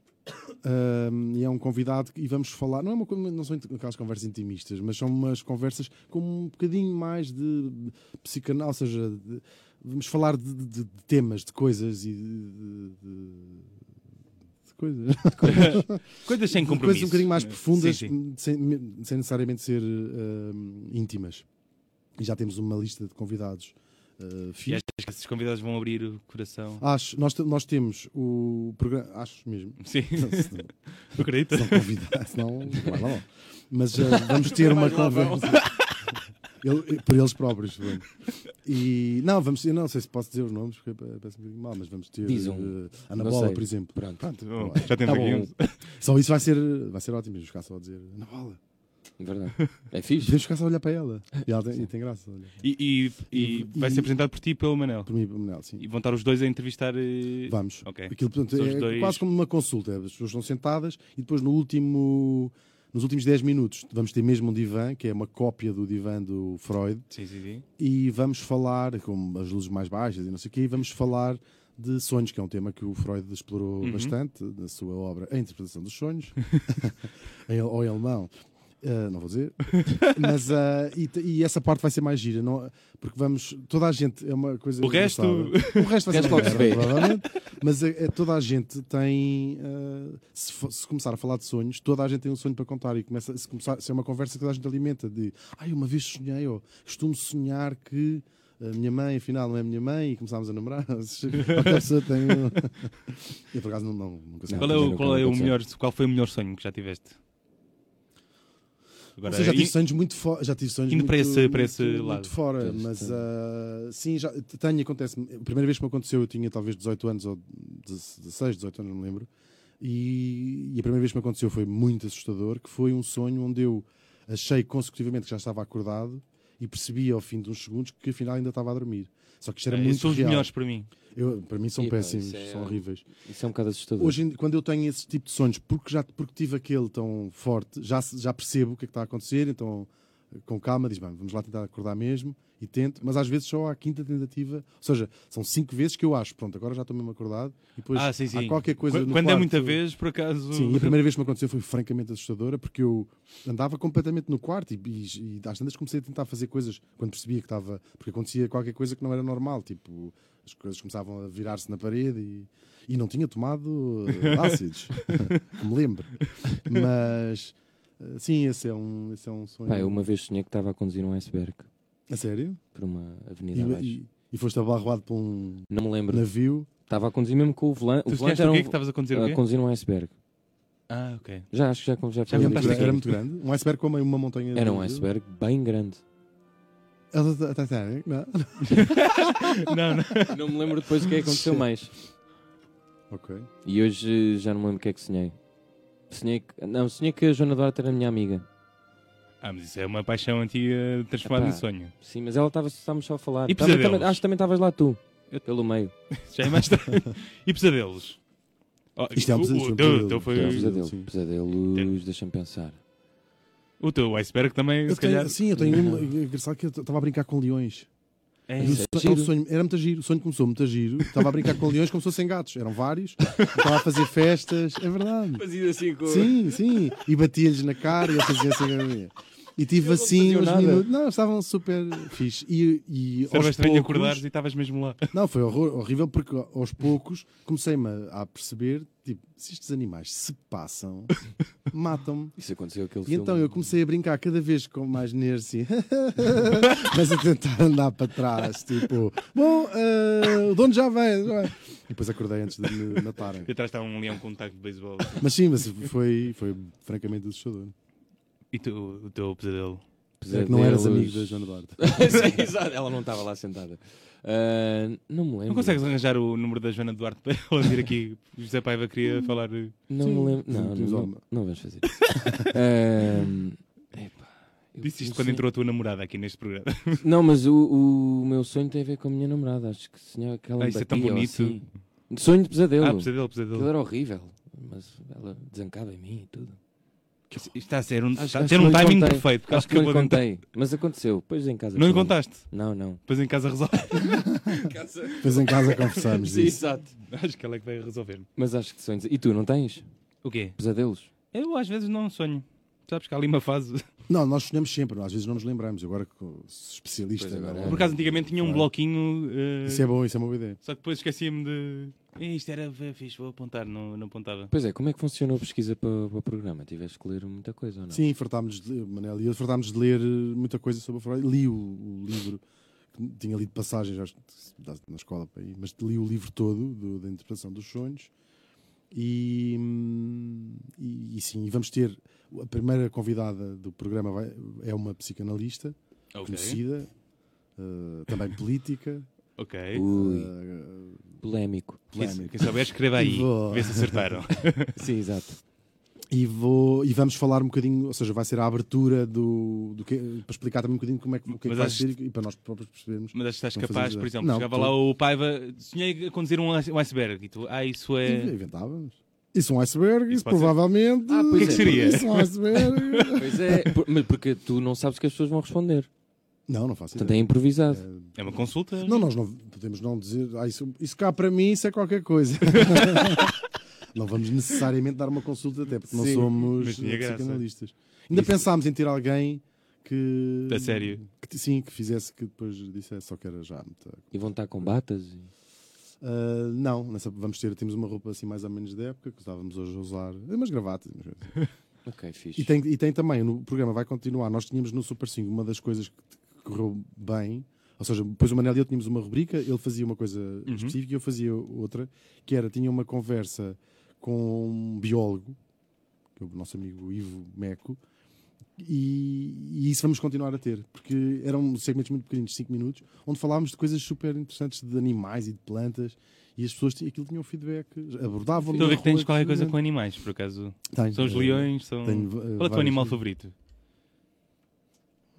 C: ehm, e é um convidado que- e vamos falar, não, é uma, co- não são int- aquelas conversas intimistas, mas são umas conversas com um bocadinho mais de psicanal, ou seja, de- vamos falar de, de- de temas, de coisas e de- de- de- de coisas.
A: Coisas sem compromisso.
C: Coisas um bocadinho mais
A: Sim,
C: profundas,
A: né?
C: hum,
A: sim.
C: Sem, sem necessariamente ser hum, íntimas. E já temos uma lista de convidados uh,
A: E é
C: fixos.
A: achas que esses convidados vão abrir o coração?
C: Acho, nós, te- nós temos o programa. Acho mesmo.
A: Sim,
C: Se não-
A: eu acredito.
C: se não convidar, se não, vai lá, lá. Mas uh, vamos ter uma
A: Vai lá, vai lá.
C: conversa. Ele- eh, por eles próprios. pronto. E não, vamos eu não sei se posso dizer os nomes, porque pa- parece um bocadinho mal, mas vamos ter
B: Diz um.
C: uh,
B: Não
C: Anabola,
B: sei.
C: por exemplo.
B: Pronto,
A: Pronto, um. bom, já temos
B: Tá
A: aqui
B: bom.
A: uns.
C: Só isso vai ser, vai ser ótimo, mas ficar só a dizer Anabola.
B: verdade. É fixe.
C: Podemos ficar só a olhar para ela. E ela tem, e tem graça. Olha.
A: E, e- e
C: E-
A: vai
C: e-
A: ser apresentado por ti e pelo Manel.
C: Por mim, Manel, sim.
A: E vão estar os dois a entrevistar. eh,
C: Vamos.
A: Ok.
C: Aquilo, portanto,
A: São os
C: é
A: dois-
C: quase como uma consulta. é, As pessoas estão sentadas e depois no último. Nos últimos 10 minutos vamos ter mesmo um divã, que é uma cópia do divã do Freud,
A: Sim, sim, sim.
C: e vamos falar, com as luzes mais baixas e não sei o quê, e vamos falar de sonhos, que é um tema que o Freud explorou
A: Uhum.
C: bastante na sua obra A Interpretação dos Sonhos, em, ou em alemão, eh, não vou dizer, mas ah, e, te- e essa parte vai ser mais gira, não, porque vamos, toda a gente, é uma coisa
A: O resto-
C: engraçada. o resto vai ser
B: Resto logo se vê.
C: provavelmente, mas é, é, toda a gente tem, ah, se, fo- se começar a falar de sonhos, toda a gente tem um sonho para contar e começa, se, começar, se é uma conversa que toda a gente alimenta de, ai, uma vez sonhei, ou costumo sonhar que a minha mãe, afinal, não é a minha mãe, e começámos a namorar. Qualquer pessoa tem um- Eu, por acaso, não, não, nunca sei.
A: Qual é, o,
B: primeiro
A: qual,
B: que
A: é o
B: aconteceu.
A: melhor, qual foi o melhor sonho que já tiveste? Agora,
C: Ou seja, já tive
A: e-
C: sonhos muito fora. Já tive sonhos
A: Indo
C: muito,
A: para esse- para esse
C: muito-
A: lado.
C: muito fora,
B: Pois,
C: mas
B: sim.
C: ah, sim, já tenho, acontece A primeira vez que me aconteceu, eu tinha talvez 18 anos ou 16, 18 anos, não me lembro. E, e a primeira vez que me aconteceu foi muito assustador, que foi um sonho onde eu achei consecutivamente que já estava acordado e percebi ao fim de uns segundos que afinal ainda estava a dormir. Só que isto era
A: eh,
C: muito
A: são os
C: real.
A: melhores para mim.
C: Eu- para mim são
B: Epá,
C: péssimos,
B: isso é-
C: são horríveis.
B: Isso é um bocado assustador.
C: Hoje, em- quando eu tenho esse tipo de sonhos, porque, já, porque tive aquele tão forte, já, se- já percebo o que é que está a acontecer, então com calma diz, bem, vamos lá tentar acordar mesmo e tento, mas às vezes só à quinta tentativa, ou seja, são cinco vezes que eu acho, pronto, agora já estou mesmo acordado e depois
A: ah, sim, sim.
C: há qualquer coisa
A: Qu-
C: no
A: Quando é
C: quarto-
A: muita vez, por acaso.
C: Sim, e a primeira vez que me aconteceu foi francamente assustadora, porque eu andava completamente no quarto e, e, e às tantas comecei a tentar fazer coisas quando percebia que estava. Porque acontecia qualquer coisa que não era normal, tipo, as coisas começavam a virar-se na parede e, e não tinha tomado eh, ácidos, que me lembro. Mas, eh, sim, esse é um, esse é um sonho.
B: Pá, eu uma vez sonhei que estava a conduzir um iceberg
C: A sério?
B: por uma
C: E,
B: avenida abaixo.
C: e- e foste abarroado por um
B: Não me lembro.
C: navio.
B: Estava a conduzir mesmo com o volante. O
A: Tu
B: volante
A: sonhaste
B: era
A: o
B: um...
A: quê que estavas a conduzir? o quê?
B: a conduzir um iceberg.
A: Ah, ok.
B: Já acho que já, já,
A: Já
C: era,
B: falei
C: muito,
A: contaste
B: disto
C: grande- era
B: aqui.
C: muito grande. Um iceberg como uma montanha.
B: É Era um
C: de-
B: iceberg bem grande.
C: É o Titanic, não?
A: não, não.
B: Não me lembro depois o que é que aconteceu mais.
C: Ok.
B: E hoje eh, já não me lembro o que é que sonhei. Sonhei que... Não, sonhei que a Joana Duarte era minha amiga.
A: Ah, mas isso é uma paixão antiga transformada
B: Epá.
A: em sonho.
B: Sim, mas ela estava, estávamos só a falar.
A: E
B: Também-
A: pesadelos?
B: também- acho que também estavas lá tu. Pelo meio.
A: Já é mais estranho. e pesadelos? Oh,
C: Isto é um
A: o-
C: pesadelo,
A: O,
C: isto é um
A: teu-
C: pesadelo.
A: teu foi-
B: É um
C: Sim.
B: pesadelo.
C: Sim.
B: Pesadelos, deixa-me pensar.
A: o teu iceberg também,
C: Eu
A: se calhar.
C: tenho, sim, eu tenho um. é Engraçado que eu estava a brincar com leões.
A: É,
C: E o
B: isso é
C: sonho-
B: giro.
C: o sonho- era muito giro. O sonho começou muito giro. Estava a brincar com leões como se fossem gatos. Eram vários. Estava a fazer festas. É verdade.
B: Fazia assim com.
C: Sim, sim. E batia-lhes na cara e eu fazia assim. a minha. E tive
B: Eles não
C: assim
B: faziam
C: uns
B: nada.
C: minutos. Não, estavam super fixe. E, e
A: Era
C: aos
A: estranho
C: poucos-
A: acordares e estavas mesmo lá.
C: Não, foi horror- horrível porque aos poucos comecei-me a, a perceber: tipo, se estes animais se passam, matam-me.
B: Isso aconteceu aquele
C: E
B: filme. é
C: então eu comecei a brincar cada vez com mais nersi, mas a tentar andar para trás, tipo, bom, eh, o dono já vem. já vem." E depois acordei antes de me matarem.
A: E atrás está um leão com um taco de beisebol.
C: Mas sim, mas foi, foi francamente assustador.
A: E tu, o teu pesadelo?
C: É que não eras amigo
B: Pesadelos.
C: da Joana Duarte.
B: Sim, exato. Ela não estava lá sentada. Ah, não me lembro.
A: Não consegues arranjar o número da Joana Duarte para ela vir aqui? O José Paiva
C: Hum.
A: queria falar. eh,
B: Não
C: Sim.
B: me lembro. Não,
C: Temos
B: não,
C: alguma.
B: não, não vamos fazer isso. Ahm, epá, eu
A: Disse isto
B: não
A: quando
B: sei.
A: entrou a tua namorada aqui neste programa.
B: Não, mas o, o meu sonho tem a ver com a minha namorada. Acho que sonhava que ela
A: Ah,
B: me
A: isso é tão
B: batia ou
A: bonito.
B: assim. Sonho de pesadelo.
A: Ah, pesadelo,
B: Aquilo
A: pesadelo.
B: era horrível. Mas ela desancava em mim e tudo.
A: Isto está a ser um,
B: Acho-
A: está a
B: acho
A: ter
B: que
A: um
B: não lhe
A: timing
B: contei.
A: perfeito. porque
B: Acho que não lhe
A: acabou de entrar.
B: contei. Mas aconteceu. Depois em casa.
A: Não lhe
B: falamos.
A: contaste?
B: Não, não.
A: Depois em casa resolve.
C: Depois em casa conversámos disso.
B: exato.
A: Acho que ela é que vai resolver.
B: Mas acho que sonhos. E tu não tens?
A: O quê?
B: Pesadelos?
A: Eu às vezes não sonho. Sabes que há ali uma fase.
C: Não, nós sonhamos sempre, às vezes não nos lembramos. Agora que sou especialista.
B: Pois agora
C: agora-
B: é.
A: Por acaso antigamente tinha um
C: Claro.
A: bloquinho. eh,
C: Isso é bom, isso é uma boa ideia.
A: Só que depois esquecia-me de. "Eh, Isto era fixe, vou apontar, não, não apontava.
B: Pois é, como é que funcionou a pesquisa para, para o programa? Tiveste que ler muita coisa
A: é?
B: ou não?
C: Sim, fartámos de, Manel e eu fartámos de ler eh, muita coisa sobre a Freud. Li o, o livro, que tinha lido passagens acho que da- na escola, para aí, mas li o livro todo do- da interpretação dos sonhos. E, hum, e, e sim, e vamos ter a primeira convidada do programa vai- é uma psicanalista conhecida, eh, também política,
A: Ok.
B: Ui,
C: eh,
B: polémico.
A: Quem,
C: polémica.
A: quem souber, escreva aí.
C: E vou-
A: Vê se acertaram.
B: Sim, exato.
C: E, vou, e vamos falar um bocadinho, ou seja, vai ser a abertura do, do que, para explicar também um bocadinho como é que, o que, é que
A: Mas
C: vai
A: acho-
C: ser e- e para nós próprios percebermos.
A: Mas acho que estás
C: Não
A: capaz,
C: fazemos
A: por
C: ideia.
A: exemplo,
C: Não,
A: chegava
C: tô-
A: lá o Paiva, sonhei a conduzir um ice- um iceberg e tu, ah, isso
C: E
A: é.
C: Inventávamos. Isso é um iceberg,
A: Isso
C: isso
A: pode ser.
C: provavelmente.
B: Ah, pois
A: O que é que é. seria?
C: Isso é um iceberg.
B: Pois é, por- mas porque tu não sabes o que as pessoas vão responder.
C: não, não faço
B: Portanto, é
C: ideia.
B: improvisado.
A: É uma consulta?
C: Não, nós não podemos não dizer. "Ah, isso, isso cá para mim, isso é qualquer coisa. não vamos necessariamente dar uma consulta, até porque
B: Sim,
C: não somos
A: mas tinha graça.
C: psicanalistas. Ainda
B: Isso.
C: pensámos em ter alguém que.
A: A sério?
C: que- sim, que fizesse, que depois dissesse, só que era já. muita-
B: E vão estar com batas. e-
C: Ah, não, nessa, vamos ter, temos uma roupa assim mais ou menos da época, que estávamos hoje a usar. Umas gravatas, umas coisas.
B: Ok, fixe.
C: E tem, e tem também, no programa vai continuar. Nós tínhamos no Super 5 uma das coisas que que correu bem, ou seja, depois o Manel e eu tínhamos uma rubrica, ele fazia uma coisa
A: Uhum.
C: específica e eu fazia outra, que era, tinha uma conversa com um biólogo, que é o nosso amigo Ivo Meco, e, e isso vamos continuar a ter, porque eram segmentos muito pequeninos, 5 minutos, onde falávamos de coisas super interessantes de animais e de plantas, e as pessoas t- aquilo tinham feedback, abordavam
A: Estou a ver que tens qualquer coisa com animais, por acaso. São os leões, são.
C: Tenho, né? eh,
A: Qual é o teu
C: vários-
A: animal favorito?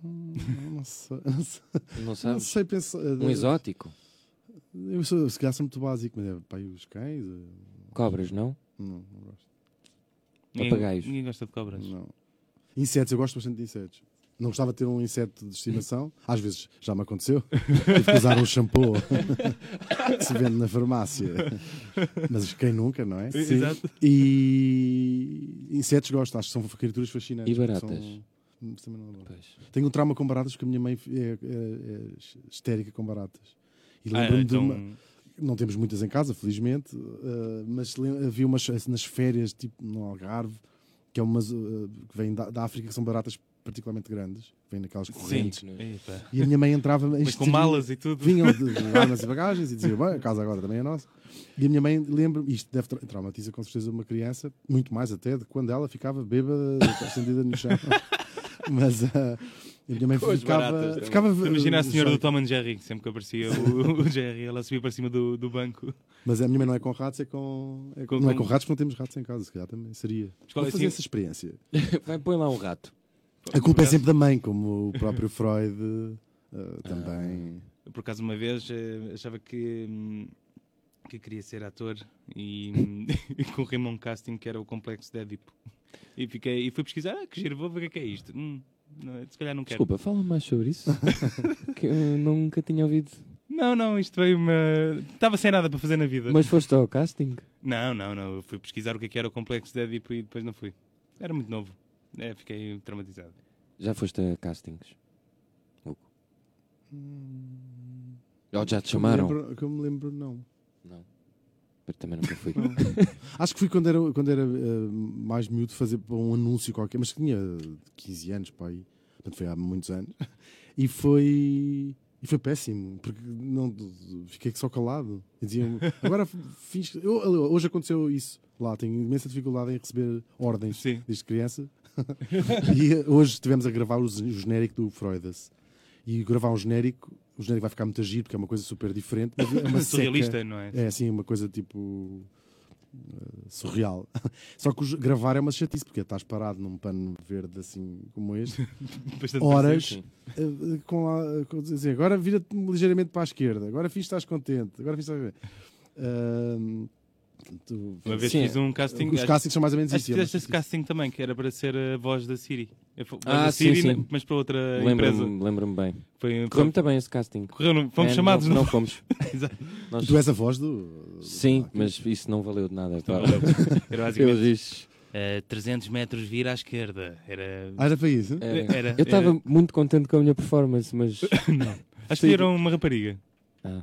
C: Não sei, não sei.
B: Não
C: Não
B: sabes?
C: sei pensar. eh,
B: Um exótico?
C: Eu sou, se calhar sou muito básico, mas é pá, e os cães? eh,
B: Cobras, não?
C: Não, não gosto.
A: Ninguém-
B: Papagaios.
A: Ninguém gosta de cobras.
C: Não. Insetos, eu gosto bastante de insetos. Não gostava de ter um inseto de estimação. Às vezes já me aconteceu. Tive que usar um shampoo que se vende na farmácia. Mas quem nunca, não é?
A: E- Exato.
C: E insetos gosto, acho que são criaturas fascinantes.
B: E baratas?
C: porque são- Mas também não adoro.
B: Pois.
C: Tenho um trauma com baratas porque a minha mãe é, é- é histérica com baratas. E
A: Ah,
C: lembro-me de
A: então,
C: uma. Não temos muitas em casa, felizmente, eh, mas lem- havia umas eh, nas férias, tipo no Algarve, que é umas eh, que vêm da, da África, que são baratas particularmente grandes, vêm naquelas correntes. né?
B: Sim.
A: Epa.
C: E a minha mãe entrava em
A: Mas com
C: histeria.
A: malas e tudo.
C: Vinham de de armas e bagagens e diziam, bem, a casa agora também é nossa. E a minha mãe lembra-me, isto deve tra traumatiza com certeza uma criança, muito mais até de quando ela ficava bêbada, acendida no chão. Mas eh, a minha mãe
B: Com as baratas
C: ficava.
B: também.
C: ficava
A: Imagina a
C: eh,
A: senhora do
C: choque.
A: Tom and Jerry, que sempre que aparecia o, o Jerry, ela subia para cima do, do banco.
C: Mas a minha mãe não é com ratos, é com. é
A: Com-
C: com- não é
A: com-
C: com ratos, porque não temos ratos em casa, se calhar também seria.
A: Mas qual é
C: Vou fazer
A: assim- é
C: essa experiência.
B: Vai, põe lá um rato.
C: A culpa é sempre da mãe, como o próprio Freud eh, também
A: por acaso uma vez eh, achava que, hum, que queria ser ator e, hum, e corri-me a um casting que era o Complexo de Édipo. E, fiquei, e fui pesquisar, ah, que giro, vou ver o que é, que é isto. Hum, não, se calhar não quero.
B: Desculpa, fala mais sobre isso. que eu nunca tinha ouvido.
A: Não, não, isto veio uma... Estava sem nada para fazer na vida.
B: Mas foste ao casting?
A: Não, não, não. Eu fui pesquisar o que é que era o Complexo de Édipo e depois não fui. Era muito novo. É, fiquei traumatizado.
B: Já foste a castings? Hugo? Ou já te
C: Que eu Ah. me
B: chamaram?
C: lembro- Que eu me lembro, não.
B: Não. Eu também nunca fui.
C: Acho que fui quando era, quando era eh, mais miúdo fazer para um anúncio qualquer, mas tinha 15 anos para aí, portanto foi há muitos anos, e foi, e foi péssimo, porque não, fiquei só calado. E Diziam, agora fiz. eu- hoje aconteceu isso lá, tenho imensa dificuldade em receber ordens
A: Sim.
C: desde criança. e eh, hoje estivemos a gravar o gen- o genérico do Freudas. E gravar um genérico, o genérico vai ficar muito agir porque é uma coisa super diferente, mas é uma seca.
A: Surrealista, não é?
C: É assim, uma coisa tipo. eh, surreal. Só que os- gravar é uma chatice, porque estás parado num pano verde assim como este,
A: Bastante
C: horas,
B: sim.
C: eh, eh, com lá, com, assim, agora vira-te ligeiramente para a esquerda, agora fiz estás contente, agora fiz estás. Uh, tu,
A: Uma vez
B: Sim,
A: fiz um casting.
C: os
A: acho-
C: castings são mais ou menos
A: Acho
C: isso.
A: que
C: é uma
A: fizeste esse
C: chatice.
A: casting também, que era para ser a voz da Siri. A fo- voz
B: Ah,
A: da
B: sim,
A: Siri,
B: sim.
A: na- mas para outra empresa.
B: Lembro-me lembro bem.
A: Foi,
B: Correu muito bem esse casting.
A: correu, não- fomos
B: É,
A: chamados,
B: Não,
A: não?
B: não fomos.
A: Exato.
B: Nós-
C: Tu és a voz do.
B: Sim, mas isso não valeu de nada.
A: Então,
B: pá.
A: valeu. Era
B: Eu
A: basicamente.
B: disse.
A: 300 metros vira à esquerda. Era.
C: Ah, era para isso?
B: era-
A: Era,
B: é, eu
A: era.
B: estava muito contente com a minha performance, mas.
A: Ah, Acho que era uma rapariga.
B: Ah.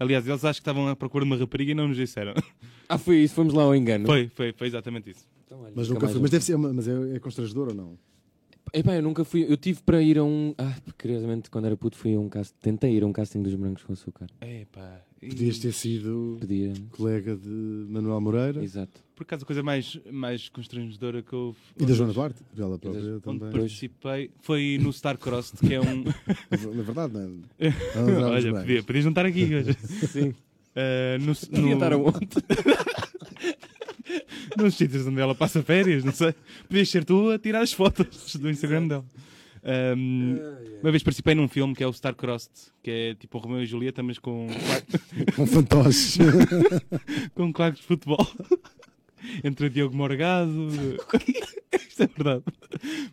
A: Aliás, eles acham que estavam à procura de uma rapariga e não nos disseram.
B: Ah, foi isso, fomos lá ao engano.
A: Foi, foi, foi exatamente isso.
B: Então, olha,
C: Mas
B: nunca
C: nunca
B: mais
C: foi.
A: um
C: Mas, deve ser, mas é, é constrangedor ou não?
B: Epá, eu nunca fui. Eu tive para ir a um. Ah, curiosamente, quando era puto, fui a um casting. Tentei ir a um casting dos Brancos com Açúcar.
A: Epá. e-
C: Podias ter sido
B: Pedia.
C: colega de Manuel Moreira
B: Exato.
A: Por acaso, a coisa mais, mais constrangedora que eu.
C: e da Joana Duarte, ela própria
B: Onde
A: Onde
C: também.
A: participei foi no Starcrossed, que é um.
C: Na verdade, não é?
A: Olha, podia, podias não estar aqui hoje.
B: Sim.
A: Ah, no,
B: Podia um-
A: no-
B: estar aonde?
A: nos sítios onde ela passa férias, não sei. Podias ser tu a tirar as fotos do Instagram dela. Ahm, uma vez participei num filme que é o Star Crossed, que é tipo o Romeu e Julieta, mas com,
C: Com fantoches.
A: com claques de futebol. Entre o Diogo Morgado. Isto é verdade.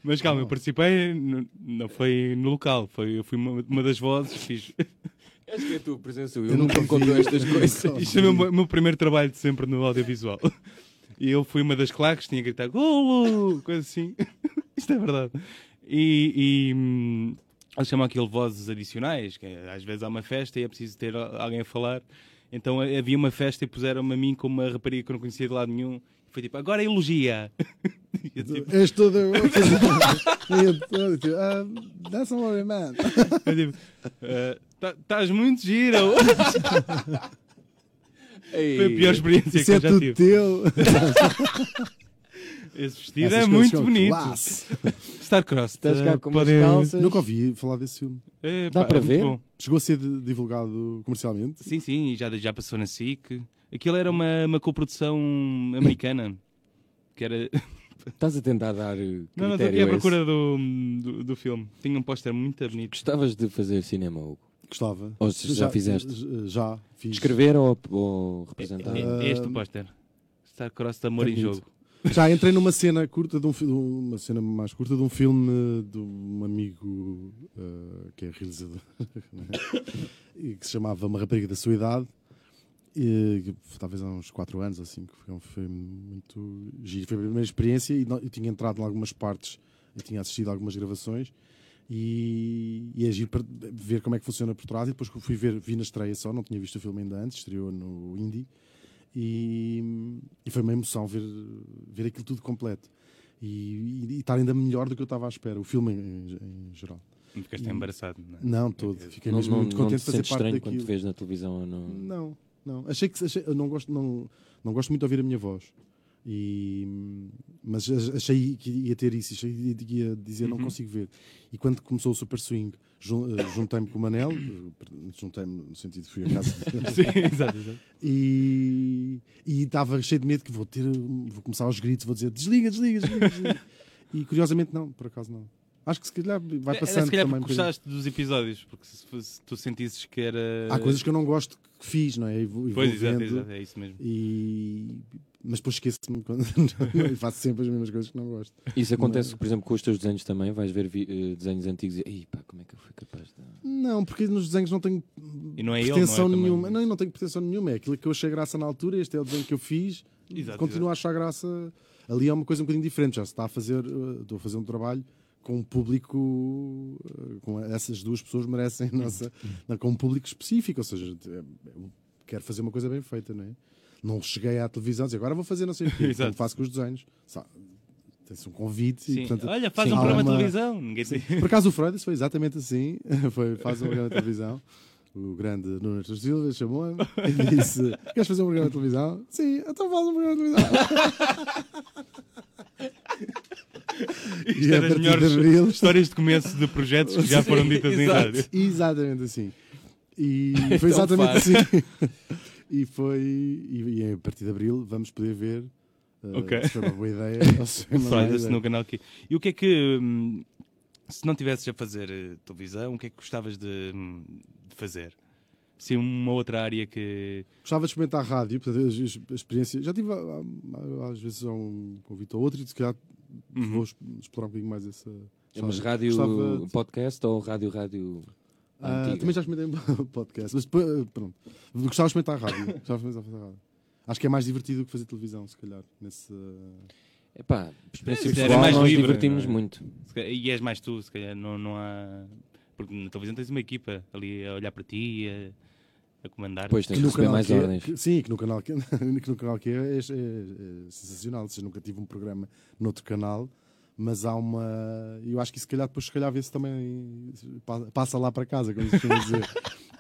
A: Mas calma, eu participei, n- não foi no local, foi, eu fui uma, uma das vozes, fiz.
B: Acho que é a tua presença, eu,
C: Eu
B: nunca
C: nunca
B: me contou
C: vi.
B: estas coisas.
A: Isto é o meu, o meu primeiro trabalho de sempre no audiovisual. E eu fui uma das claques, tinha a gritar golo, coisa assim. Isto é verdade. E, e hum, eles chamam aquilo vozes adicionais, que é, às vezes há uma festa e é preciso ter al- alguém a falar. Então eh, havia uma festa e puseram-me a mim como uma rapariga que eu não conhecia de lado nenhum. E foi tipo, agora elogia. E eu, tipo,
C: Então, És todo. Ah, That's not what I meant.
A: eu, tipo, "Ah, tá- Estás muito gira. Foi a pior experiência
C: Isso
A: que
C: é
A: eu já
C: tudo
A: tive.
C: teu.
A: Esse vestido é
C: Essas coisas
A: muito
C: são tipo,
A: bonito.
C: classe.
A: Star Cross.
B: Estás cá com umas
A: podem-
B: calças.
C: Nunca ouvi falar desse filme.
A: É,
B: Dá
A: pá,
B: para
A: é muito
B: ver?
A: bom.
C: Chegou a ser de- divulgado comercialmente.
A: Sim, sim, e já, já passou na SIC. Aquilo era uma, uma coprodução americana. Que era.
B: Estás a tentar dar eh, critério
A: Não, não, estou aqui à
B: a esse.
A: procura do, do, do filme. Tinha um póster muito bonito.
B: Gostavas de fazer cinema, Hugo?
C: Gostava.
B: Ou se já fizeste?
C: j- Já fiz.
B: Escrever ou, ou representar?
A: É- é Este o póster. Star Cross de Amor
C: é
A: em
C: bonito.
A: Jogo.
C: Já entrei numa cena curta de um fi- de uma cena mais curta de um filme de um amigo eh, que é realizador né? e que se chamava Uma Rapariga da Sua Idade e, que talvez há uns 4 anos ou 5 foi um filme muito giro foi a primeira experiência e nó- eu tinha entrado em algumas partes e tinha assistido a algumas gravações e, e é giro para ver como é que funciona por trás e depois fui ver, vi na estreia só, não tinha visto o filme ainda antes estreou no Indie e, e foi uma emoção ver, ver aquilo tudo completo e, e- e estar ainda melhor do que eu estava à espera, o filme em, em- em geral.
A: Ficaste
C: E-
A: embaraçado. Não, é?
C: Não, todo. Fiquei
B: não,
C: mesmo
B: não,
C: muito
B: não te
C: contente de fazer
B: sentes
C: parte
B: estranho
C: daquilo.
B: quando te vês na televisão ou não?
C: Não, não. Achei que achei- eu não gosto, não, não gosto muito de ouvir a minha voz. E, mas a- achei que ia ter isso, achei que ia dizer não consigo ver. E quando começou o Super Swing, jun- eh, juntei-me com o Manel, eh, juntei-me no sentido de fui a casa
A: Sim, exato, exato.
C: e e estava cheio de medo que vou ter, vou começar aos gritos, vou dizer desliga, desliga, desliga, desliga. E curiosamente não, por acaso não. Acho que se calhar vai
A: É,
C: passando
A: se calhar
C: também.
A: porque
C: um bocadinho.
A: gostaste dos episódios, porque se, fosse- se tu sentisses que era.
C: Há coisas que eu não gosto que fiz, não é? E vou, e
A: Pois,
C: vou
A: exato,
C: vendo.
A: exato, é isso mesmo.
C: E... Mas depois esqueço-me quando e faço sempre as mesmas coisas que não gosto.
B: Isso acontece, por exemplo, com os teus desenhos também. Vais ver vi- eh, desenhos antigos e. Ei, pá, como é que eu fui capaz de.
C: Não, porque nos desenhos não tenho
A: E não é ele, não é
C: pretensão
A: também.
C: nenhuma. Não, eu não tenho pretensão nenhuma. É aquilo que eu achei graça na altura, este é o desenho que eu fiz.
A: Exato,
C: Continuo a achar graça. Ali é uma coisa um bocadinho diferente. Já se está a fazer, uh, estou a fazer um trabalho com um público, uh, com essas duas pessoas merecem a nossa, não, com um público específico. Ou seja, é- eu quero fazer uma coisa bem feita, não é? Não cheguei à televisão e dizer, agora vou fazer não sei o quê,
A: Exato.
C: como faço com os desenhos. Sa- Tem-se um convite.
A: Sim.
C: E, portanto,
A: Olha, faz
C: sim,
A: um
C: há
A: programa de
C: uma-
A: televisão. Ninguém tem.
C: por acaso o Freud isso foi exatamente assim. Foi, faz um programa de televisão. O grande Nuno Artur Silva chamou-me e disse: Queres fazer um programa de televisão? Sim, então faz um programa de televisão.
A: Isto
C: a
A: era as
C: partir de
A: melhores
C: abril-
A: histórias de começo de projetos que já foram ditas em
D: exato.
A: rádio.
C: Exatamente assim. E foi
D: Então
C: exatamente
D: faz.
C: assim. E foi. E, e a partir de abril vamos poder ver uh,
A: Ok.
C: se foi uma boa ideia ou se foi uma má
A: Olha-se
C: ideia.
A: no canal aqui. E o que é que. hum, Se não tivesses a fazer eh, televisão, o que é que gostavas de, hum, de fazer? Sim, uma outra área que.
C: Gostava de experimentar a rádio, portanto, as- as- a experiência. Já tive, ah, ah, às vezes, há um convite ou outro e se calhar vou es- explorar um bocadinho mais essa.
B: É, mas
C: sabe?
B: rádio
C: Gostava de-
B: podcast ou rádio rádio.
C: Ah,
B: antiga?
C: também já experimentei podcast, mas depois, ah, pronto. Gostava de experimentar a rádio. Gostava de experimentar a rádio. Acho que é mais divertido que fazer televisão, se calhar. Nesse,
B: Epá, experiência
A: Era
B: pessoal,
A: mais
B: nós
A: livre,
B: divertimos
A: não é?
B: muito.
A: se calhar- E és mais tu, se calhar, não, não há. Porque na televisão tens uma equipa ali a olhar para ti, a, a comandar.
B: Depois tens de
C: no
B: receber mais
C: que é-
B: ordens.
C: que- sim, que no canal que, que no canal que é, é, é- é sensacional. Ou seja, nunca tive um programa noutro canal, mas há uma. Eu acho que se calhar depois se calhar vê-se também pa- passa lá para casa, como se costuma dizer.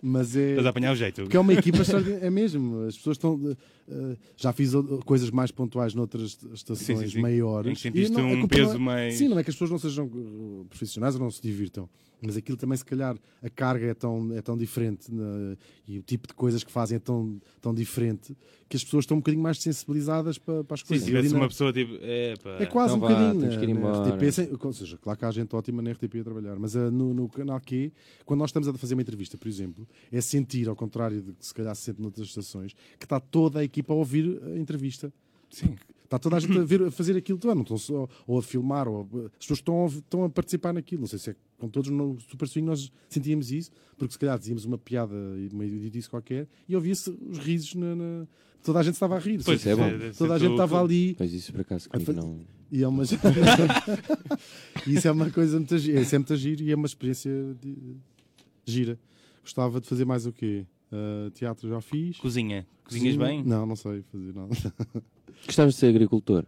C: Mas é.
A: Estás a apanhar o jeito.
C: Porque é uma equipa extraordinária, é mesmo. As pessoas estão. eh, já fiz o- coisas mais pontuais noutras estações
A: Sim, sim, sim. Em
C: maiores.
A: que sentiste
C: E não- a
A: um
C: culpa
A: peso
C: não é-
A: mais-
C: Sim, não é que as pessoas não sejam eh, profissionais ou não se divirtam. Mas aquilo também, se calhar, a carga é tão, é tão diferente né, e o tipo de coisas que fazem é tão, tão diferente que as pessoas estão um bocadinho mais sensibilizadas para, para as
A: Sim,
C: coisas.
A: se
C: E ali
A: tivesse
C: não-
A: uma pessoa tipo. "Epá,
C: é quase
B: Então
C: um
B: vá,
C: bocadinho.
B: temos que ir
C: na- na
B: embora.
C: RTP, sem- ou seja, claro que há gente ótima na RTP a trabalhar, mas ah, no, no canal Q, quando nós estamos a fazer uma entrevista, por exemplo, é sentir, ao contrário de que se calhar se sente noutras estações, que está toda a equipa a ouvir a entrevista.
A: Sim.
C: Está toda a gente a, ver, a fazer aquilo toda, não estão só ou a filmar, ou a- as pessoas estão a, estão a participar naquilo. Não sei se é com todos no Super Swing nós sentíamos isso, porque se calhar dizíamos uma piada e uma idiotice qualquer e ouvia-se os risos na, na- Toda a gente estava a rir. ou
A: Pois,
C: seja,
B: é bom.
A: é, é,
C: Toda a
A: tu-
C: gente estava
A: tu-
C: ali
B: Pois isso por acaso
C: Ah,
B: comigo
C: fa-
B: não.
C: e é uma... Isso é uma coisa muito gira. Isso é muito giro e é uma experiência de- gira. Gostava de fazer mais o quê? Ah, teatro já fiz.
A: Cozinha. Cozinhas
C: Cozinha-
A: bem?
C: Não, não sei fazer nada.
B: Gostavas de ser agricultor?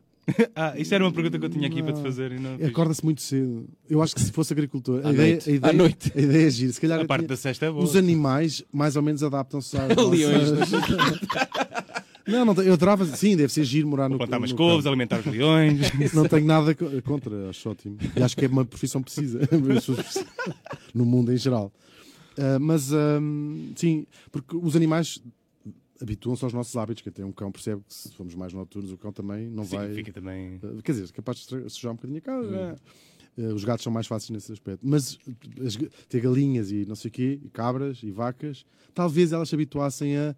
A: Ah, isso era uma pergunta que eu tinha aqui para te fazer e não. fiz.
C: Acorda-se muito cedo. Eu acho que se fosse agricultor...
B: À
C: a ideia,
B: noite.
C: A ideia,
B: À noite.
C: A ideia é gira. Se calhar
A: A
C: eu
A: parte da
C: tinha-
A: sexta é boa.
C: os animais mais ou menos adaptam-se a...
B: Leões.
C: não, não, eu adorava... Sim, deve ser giro morar no...
A: Plantar umas
C: no
A: couves,
C: campo.
A: alimentar os leões.
C: Não tenho nada co- contra, acho ótimo. E acho que é uma profissão que precisa As pessoas precisam. no mundo em geral. Ah, mas ahm, sim, porque os animais habituam-se aos nossos hábitos, que até um cão percebe que se formos mais noturnos, o cão também não
A: Sim,
C: vai.
A: fica também.
C: Ah, quer dizer, é capaz de estra- sujar um bocadinho a casa. Ah, os gatos são mais fáceis nesse aspecto. Mas as ga- ter galinhas e não sei o quê, e cabras e vacas, talvez elas se habituassem a.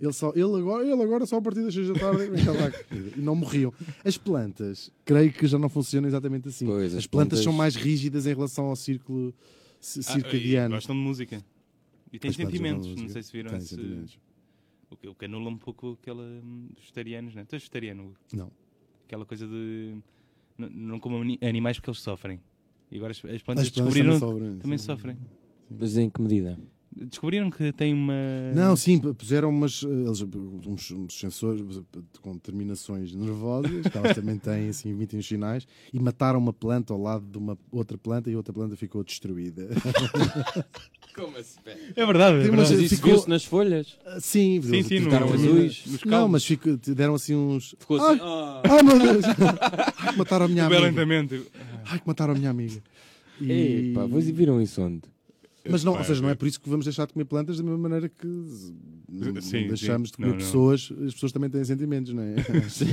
C: Ele, só, ele, agora, ele agora só a partir das 6 da tarde é vem cá dar comida. e não morriam. As plantas, creio que já não funcionam exatamente assim.
B: Pois,
C: as
B: as
C: plantas, são
B: plantas-
C: mais rígidas em relação ao círculo ci-
A: Ah,
C: circadiano.
A: e Gostam de música. E têm
C: As plantas
A: sentimentos.
C: gostam de
A: Não
C: música.
A: sei se viram
C: Tem
A: esse.
C: sentimentos.
A: O que, o que anula um pouco aquela. hum, vegetarianos, não é? Tu és vegetariano? Hugo?
C: Não.
A: Aquela coisa de. n- Não comam ani- animais porque eles sofrem. E agora as, as plantas
C: As plantas
A: descobriram.
C: também sofrem.
A: Também
C: Sim.
A: sofrem.
B: Mas em que medida?
A: Descobriram que tem uma.
C: Não, sim, p- puseram umas, eh, eles, uns, uns sensores eh, p- p- com terminações nervosas, que elas também têm, assim, emitem os sinais, e mataram uma planta ao lado de uma outra planta e a outra planta ficou destruída.
D: Como assim?
A: É verdade. É
C: Tem
A: verdade.
B: Mas
C: Mas
B: isso
C: ficou-
B: viu-se nas folhas?
C: Ah, sim,
A: Sim, sim,
B: Ficaram
A: no-
B: azuis.
A: Nos
C: Não,
A: calmos.
C: mas fico- te deram assim uns.
D: Ficou
C: Ai,
D: assim. ah.
C: ai, meu Deus! Ai, que mataram a minha amiga!
A: Violentamente.
C: Ai, que mataram a minha amiga! E-
B: Epá, é. vocês viram isso onde?
C: Mas não, ou
A: Pá,
C: seja, não é por isso que vamos deixar de comer plantas da mesma maneira que z- não
A: sim.
C: deixamos de comer
A: Não, não.
C: pessoas, as pessoas também têm sentimentos, não é? sim,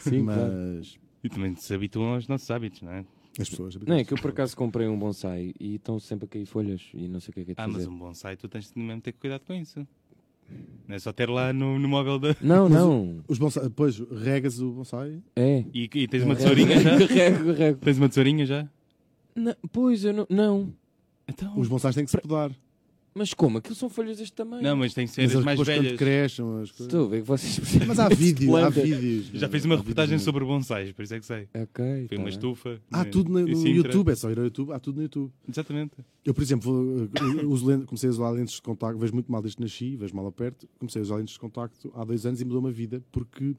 B: Sim, claro.
C: mas
A: E também se habituam aos nossos hábitos, não é?
C: As pessoas.
B: Não, é que eu por acaso comprei um bonsai e estão sempre a cair folhas e não sei o que é que é de
A: Ah, mas
B: fazer.
A: um bonsai, tu tens de mesmo ter cuidado com isso. Não é só ter lá no, no móvel da.
B: Não,
C: Mas
B: não.
C: Os bonsai, depois regas o bonsai.
B: É.
A: E, e tens uma tesourinha já?
B: Carrego, carrego.
A: Tens uma tesourinha já?
B: Não, pois, eu não, não.
A: Então.
C: Os bonsais têm que se podar.
B: Mas como? Aquilo são folhas deste tamanho.
A: Não, mas tem que ser
C: Mas
A: as
C: eles
A: mais
C: depois quando
A: velhas.
C: crescem. As coisas.
B: Estou a ver que vocês percebem.
C: Mas há vídeo, há
B: planta.
C: vídeos.
A: Já
C: não é?
A: fiz uma
C: Há
A: reportagem
C: vídeos no-
A: sobre bonsais, por isso é que sei.
B: Ok.
A: Foi
B: tá
A: uma
B: bem.
A: estufa.
C: Há
A: né,
C: Ah, tudo na-
A: em
C: no
A: Sintra.
C: YouTube, é só ir ao YouTube, há tudo no YouTube.
A: Exatamente.
C: Eu, por exemplo, vou, eh, uso len- comecei a usar lentes de contacto, vejo muito mal desde que nasci, vejo mal ao perto. Comecei a usar lentes de contacto há dois anos e mudou-me a vida porque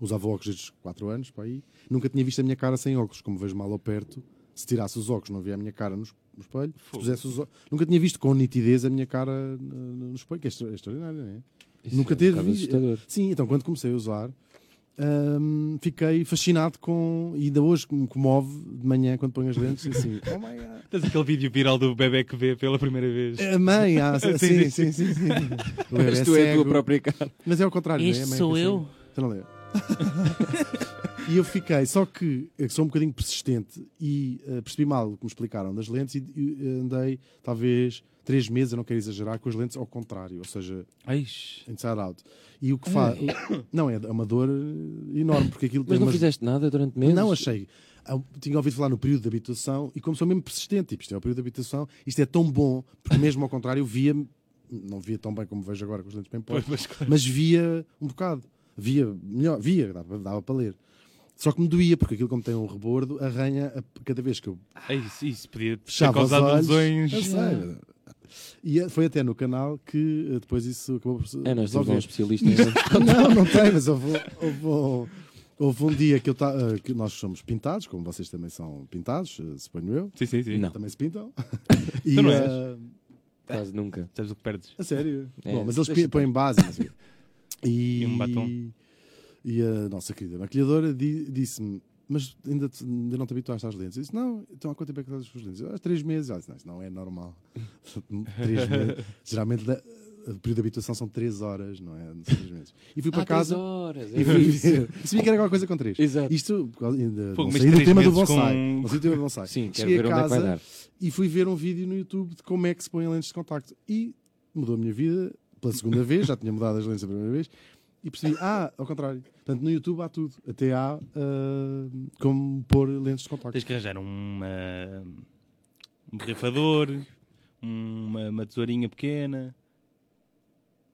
C: usava óculos desde os 4 anos para aí. Nunca tinha visto a minha cara sem óculos, como vejo mal ao perto. Se tirasse os óculos, não via a minha cara no es- no espelho. Se
A: Fogo.
C: pusesse os ó- Nunca tinha visto com nitidez a minha cara no, no espelho, que é extra- é extraordinário, não é?
B: Isso
C: Nunca
B: é um
C: teve
B: bocado
C: vídeo.
B: assustador.
C: Sim, então quando comecei a usar, hum, fiquei fascinado com. E ainda hoje me comove de manhã quando ponho as lentes e assim, oh my god.
A: Tens aquele vídeo viral do bebê que vê pela primeira vez.
C: A mãe, ah,
A: Sim,
C: sim,
A: sim,
C: sim, sim. sim, sim. O bebé
B: Mas tu é a
C: cego.
B: tua própria cara.
C: Mas é ao contrário, não é?
E: Este
C: A mãe
E: sou
C: fica
E: eu?
C: assim. Então não é. e eu fiquei, só que eu sou um bocadinho persistente e eh, percebi mal o que me explicaram das lentes e, e eh, andei talvez três meses, eu não quero exagerar, com as lentes ao contrário, ou seja,
A: É.
C: inside out. E
E: Hum.
C: o que faz. Não, é uma dor eh, enorme, porque aquilo
B: Mas
C: tem
B: não
C: umas-
B: fizeste nada durante meses?
C: não achei. Ah, Tinha ouvido falar no período de habituação e como sou mesmo persistente, tipo, isto é o período de habituação, isto é tão bom, porque mesmo ao contrário, via não via tão bem como vejo agora com os lentes bem
A: Pois,
C: postos,
A: mas claro.
C: mas via um bocado. Via, melhor, via, dava, dava para ler. Só que me doía, porque aquilo como tem um rebordo, arranha a- cada vez que eu
A: Ah, Isso, isso podia ter
C: fechava os
A: causado
C: olhos.
A: lesões.
C: Eu sei. E eh, foi até no canal que eh, depois isso acabou por
B: É,
C: se
B: nós temos
C: resolver.
B: um especialista. em-
C: Não, não tem, mas houve, houve, houve, um dia que, eu ta- eh, que nós somos pintados, como vocês também são pintados, eh, suponho eu.
A: Sim, sim, sim.
B: Não.
C: Também se pintam. E,
A: Tu não
C: eh,
B: Quase nunca.
A: Sabes o que perdes?
C: a sério.
B: É,
C: Bom, mas eles
B: deixa-te.
C: põem base. não sei o quê. E,
A: E um batom.
C: E a nossa querida maquilhadora di- disse-me. Mas ainda, te- ainda não te habituaste às lentes? Eu disse, não, então há quanto tempo é que estás com as lentes? Eu, Há três meses. Ela disse, não, isso não é normal. três meses. Geralmente, da- o período de habituação são três horas, não é? Não são três meses. E fui para
B: Há
C: casa.
B: Ah, três horas. é
C: E fui
B: isso.
C: ver. Percebi que era alguma coisa com três.
B: Exato.
C: Isto, por causa- ainda
A: Fogo,
C: não
A: mas
C: saí do
A: três
C: tema do
A: meses
C: bonsai.
A: com-
C: Não saí do tema do bonsai.
B: Sim, quero
C: Cheguei
B: ver
C: a
B: onde é que vai
C: casa
B: dar.
C: E fui ver um vídeo no YouTube de como é que se põem lentes de contacto. E mudou a minha vida pela segunda vez, já tinha mudado as lentes a primeira vez. E percebi, ah, ao contrário. Portanto, no YouTube há tudo. Até há ah, como pôr lentes de contacto.
A: Tens que arranjar uma, um borrifador, uma, uma tesourinha pequena.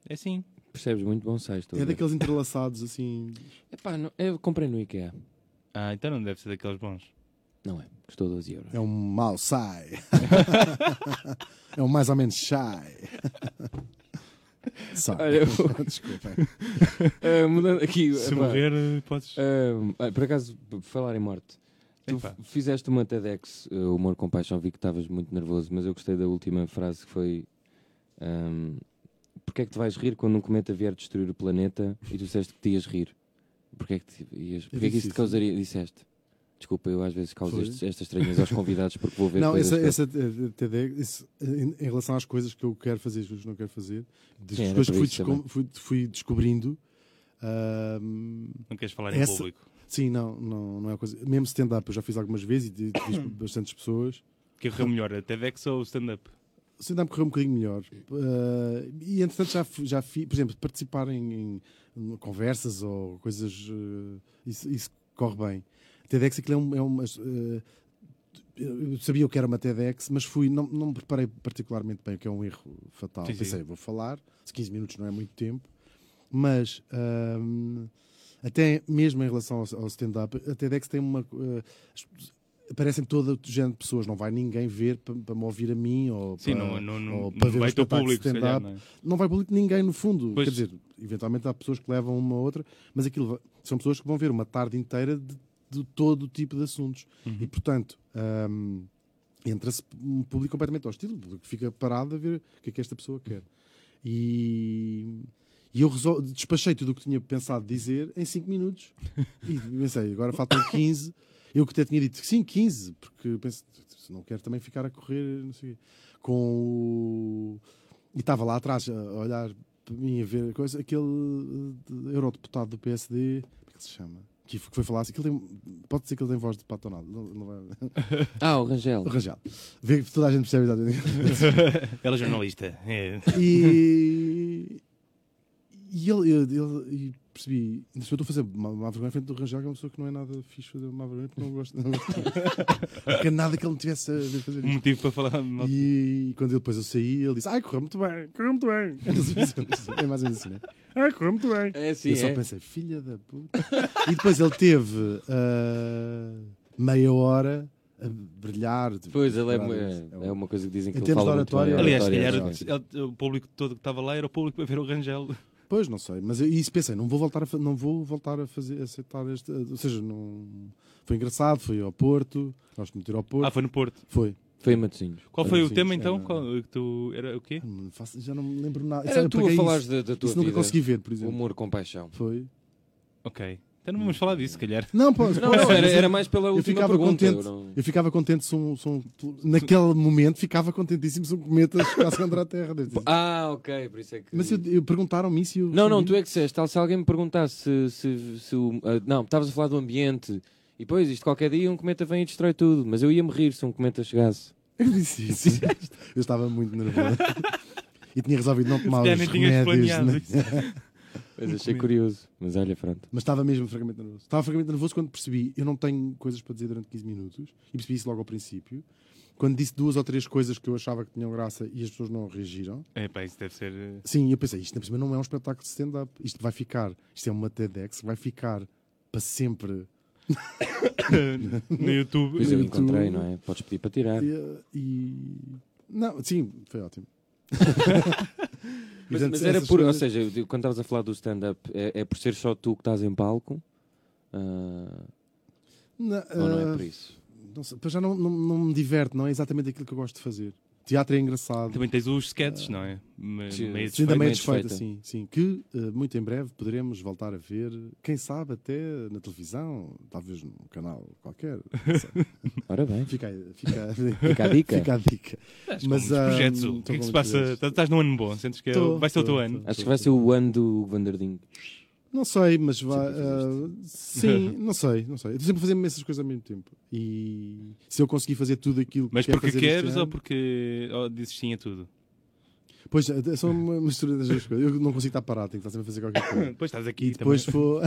A: É assim.
B: Percebes muito bonsais. estou a
C: É
B: ver.
C: daqueles entrelaçados assim.
B: Epá, não- eu comprei no IKEA.
A: Ah, então não deve ser daqueles bons.
B: Não é. Custou 12 euros.
C: É um mau sai. é um mais ou menos shy. Sai.
B: Olha,
C: Desculpa.
B: Ah, mudando aqui.
A: Se
C: É
B: epá,
A: morrer, podes.
B: ah, por acaso, por falar em morte, tu
A: Epá.
B: f- fizeste uma TEDx, ah, Humor com Paixão, vi que estavas muito nervoso, mas eu gostei da última frase que foi. ahm, Porquê é que te vais rir quando um cometa vier destruir o planeta e tu disseste que te ias rir? Porquê é que, te ias... Porquê é que
C: disse
B: isso te
C: isso.
B: causaria? Disseste. Desculpa, eu às vezes causo
C: Foi?
B: estes- estas estranhas aos convidados porque vou ver
C: Não,
B: coisas
C: essa,
B: que-
C: essa eh, TED, isso, eh, em, em relação às coisas que eu quero fazer e que não quero fazer, das
B: Sim, era
C: coisas que
B: por
C: fui,
B: isso
C: desco-
B: também.
C: fui- fui descobrindo. ahm,
A: Não queres falar em
C: essa-
A: público.
C: sim, não, não, não é coisa. Mesmo stand-up, eu já fiz algumas vezes e fiz bastantes pessoas.
A: Que correu melhor, a TEDx ou o stand-up?
C: O stand-up correu um bocadinho melhor. Ah, e entretanto já, fu- já fiz, por exemplo, participar em, em conversas ou coisas. ah, isso, isso corre bem. TEDx aquilo é um. É um mas, ah, eu sabia o que era uma TEDx, mas fui, não, não me preparei particularmente bem, o que é um erro fatal.
A: Sim, sim.
C: Pensei, vou falar, se 15 minutos não é muito tempo, mas ah, até mesmo em relação ao, ao stand-up, a TEDx tem uma. ah, as- aparecem todo o género de pessoas, não vai ninguém ver para, para me ouvir a mim ou
A: Sim,
C: para,
A: não, não, não,
C: ou
A: não
C: para ver um
A: vai ter
C: espetáculo de
A: público, se calhar,
C: stand-up.
A: não é?
C: Não vai público ninguém, no fundo.
A: Pois.
C: Quer dizer, eventualmente há pessoas que levam uma ou outra, mas aquilo va- são pessoas que vão ver uma tarde inteira de, de todo tipo de assuntos. E, portanto, hum, entra-se um público completamente hostil, um público que fica parado a ver o que é que esta pessoa quer. E, e eu resol- despachei tudo o que tinha pensado dizer em 5 minutos. E pensei, agora faltam 15. Eu que até tinha dito, sim, 15, porque penso, se não quero também ficar a correr, não sei o quê. Com o... E estava lá atrás a olhar para mim, a ver a coisa, aquele eh, de- eurodeputado do PSD, como é que ele se chama? que foi falar assim, que ele tem, pode ser que ele tem voz de patonado, não, não vai...
B: Ah, o Rangel.
C: Arranjado. Vê que toda a gente percebe exatamente.
A: Ela é jornalista. É.
C: E, e ele, ele, ele- e percebi, ainda estou a fazer má, má vergonha à frente do Rangel, que é uma pessoa que não é nada fixe fazer má vergonha, porque não gosto. Não gosto porque nada que ele me tivesse a ver fazer
A: Um
C: isso.
A: motivo para falar mal.
C: E quando ele- depois eu saí, ele disse: Ai, correu muito bem, correu muito bem. É mais ou menos assim, né? Ai, correu muito bem
B: É
C: e eu só pensei, filha da puta. e depois ele teve ah, meia hora a brilhar. tipo,
B: Pois, ele é,
C: parado,
B: é, é uma coisa que dizem que
C: Em
B: ele
C: termos
B: fala
C: de
B: muito
C: oratória-
B: bem. é
A: Aliás, se
B: Oratória,
C: é
A: calhar
B: sim.
A: ele- o público todo que estava lá era o público para ver o Rangel.
C: Pois, não sei. Mas eu, isso pensei, não vou voltar a, fa- não vou voltar a fazer, a aceitar este. ah, Ou seja, não, foi engraçado, foi ao Porto. Gosto muito de ir ao Porto.
A: Ah, foi no Porto.
C: foi.
B: Foi em Matosinhos.
A: Qual foi o
C: Sim,
A: tema
C: sim,
A: então?
C: era-
A: Qual- que tu- era o quê?
C: Ah, não faço- já não me lembro nada.
B: Era
C: Sabe,
B: tu a
C: apaguei
B: falares
C: isso.
B: da, da tua
C: Isso nunca
B: vida. Um-
C: consegui ver, por exemplo.
B: Humor com paixão.
C: Foi.
A: Ok. Então não vamos falar disso, se calhar.
C: Não, pô,
B: Não, não, era, era mais pela
C: Eu
B: última
C: ficava
B: pergunta.
C: contente.
B: eu não-
C: Eu ficava contente se um, se um- naquele momento ficava contentíssimo se um cometa chegasse contra a Terra. Deve dizer.
B: Ah, ok, por isso é que...
C: Mas eu, eu- perguntaram-me se eu
B: Não, não,
C: sabia.
B: tu é que disseste. tal, Se alguém me perguntasse se... se, se o- ah, não, estavas a falar do ambiente. E pois, isto qualquer dia um cometa vem e destrói tudo. Mas eu ia me rir se um cometa chegasse.
C: Eu disse isso. Eu estava muito nervoso. E tinha resolvido não tomar os
A: Já nem tinhas planeado
C: remédios.
A: isso.
C: né?
B: Mas
C: Um
B: achei curioso. Mas olha, pronto.
C: Mas estava mesmo francamente nervoso. Estava francamente nervoso quando percebi, eu não tenho coisas para dizer durante 15 minutos, e percebi isso logo ao princípio. Quando disse duas ou três coisas que eu achava que tinham graça e as pessoas não reagiram,
A: É pá, isso deve ser. eh,
C: sim, eu pensei, isto na cima não é um espetáculo de stand-up, isto vai ficar, isto é uma TEDx, vai ficar para sempre.
A: no YouTube.
B: Pois eu
C: Tu-
B: encontrei, não é? Podes pedir para tirar.
C: E, e- Não, sim, foi ótimo. E,
B: Mas,
C: portanto,
B: mas era
C: essas
B: por, ou
C: coisas-
B: seja, eu digo, quando estavas a falar do stand-up, é, é por ser só tu que estás em palco? Ah,
C: Não,
B: ou não é
C: ah,
B: por isso?
C: Não sei, pois já não, não, não me diverte, não é exatamente aquilo que eu gosto de fazer. Teatro é engraçado.
A: Também tens os sketches, não é? Me-
B: Sim.
A: meio
C: Sim, ainda
B: meio
C: meio desfeita,
B: desfeita.
C: sim, sim. Que eh, muito em breve poderemos voltar a ver, quem sabe até na televisão, talvez num canal qualquer. não sei.
B: Ora bem,
C: Fica, aí- fica,
B: fica a dica.
C: fica a dica.
A: Mas,
C: ah,
A: projetos, Hugo.
C: estou
A: o que é que
C: com
A: se passa?
C: projetos.
A: Estás- Estás num ano bom, sentes que é-
C: Estou,
A: vai ser o teu
C: estou,
A: ano.
C: estou.
B: Acho que vai ser o ano do Vanderding.
C: Não sei, mas vai.
B: Sempre
C: ah, sim, não sei, não sei. Eu sempre fazendo essas coisas ao mesmo tempo. E se eu conseguir fazer tudo aquilo que
A: Mas
C: quero
A: porque
C: fazer este
A: queres
C: ano-
A: ou porque ou dizes sim a tudo?
C: Pois, é só uma mistura das duas coisas. Eu não consigo estar parado, tenho que estar sempre a fazer qualquer coisa.
A: Depois estás aqui
C: E depois
A: também.
C: vou.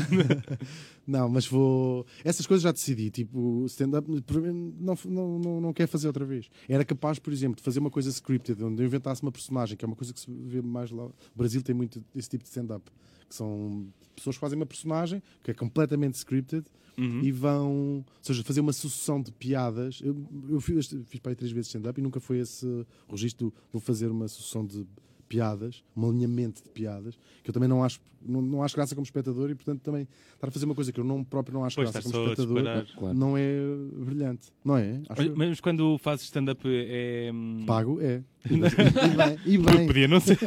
C: não, mas vou. Essas coisas já decidi. Tipo, stand-up por mim, não, não, não, não quer fazer outra vez. Era capaz, por exemplo, de fazer uma coisa scripted, onde eu inventasse uma personagem, que é uma coisa que se vê mais lá. O Brasil tem muito esse tipo de stand-up. Que são pessoas que fazem uma personagem que é completamente scripted
A: Uhum.
C: e vão. Ou seja, fazer uma sucessão de piadas. Eu, eu fiz, fiz para aí três vezes stand-up e nunca foi esse registro. do Vou fazer uma sucessão de piadas, um alinhamento de piadas, que eu também não acho, não, não acho graça como espectador e, portanto, também estar a fazer uma coisa que eu não, próprio não acho
A: Pois,
C: graça
A: estás
C: como
A: só a
C: espectador
A: disparar.
B: Claro.
C: não é brilhante. Não é? Acho
A: Mas,
C: eu.
A: mas quando fazes stand-up é. hum,
C: Pago é. E bem. E bem.
A: Podia não ser.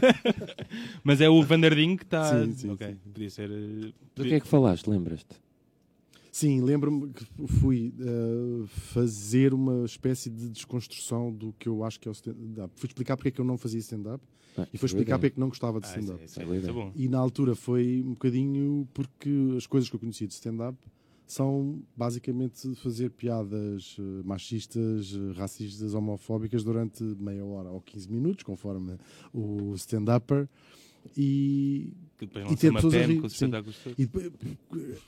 A: mas é o Vanderding que está.
C: Sim, sim,
A: Ok,
C: sim.
A: Podia ser. eh,
B: Do que é que falaste, lembras-te?
C: Sim, lembro-me que fui eh, fazer uma espécie de desconstrução do que eu acho que é o stand-up. Fui explicar porque é que eu não fazia stand-up
B: Ah,
C: e fui explicar porque
B: boa
C: é que não gostava de
A: Ah, isso,
C: stand-up.
A: é- isso é-
B: Boa
A: isso é
B: ideia.
A: bom.
C: E na altura foi um bocadinho porque as coisas que eu conhecia de stand-up são basicamente fazer piadas eh, machistas, eh, racistas, homofóbicas durante meia hora ou 15 minutos, conforme o stand-upper. E
A: Que depois
C: E
A: lança
C: ter
A: uma
C: pessoas a
A: PM
C: rir,
A: com os
C: sim.
A: espetáculos todos.
C: e depois-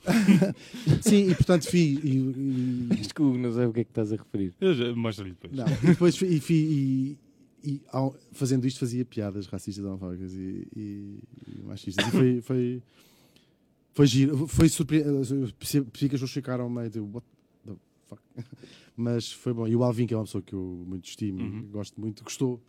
C: Sim, e portanto fiz. e- e-
B: ideia. Acho que o Hugo não sei o que é que estás a referir.
A: Eu já- Mostra-lhe depois.
C: Não, e depois fi- e, fi- e- e ao- fazendo isto fazia piadas racistas, homofóbicas e, e, e machistas. E foi, foi, foi giro. Foi surpreendente. Percebi percebi que as pessoas ficaram meio de what the fuck. Mas foi bom. E o Alvin, que é uma pessoa que eu muito estimo, e
A: Uhum.
C: gosto muito, gostou.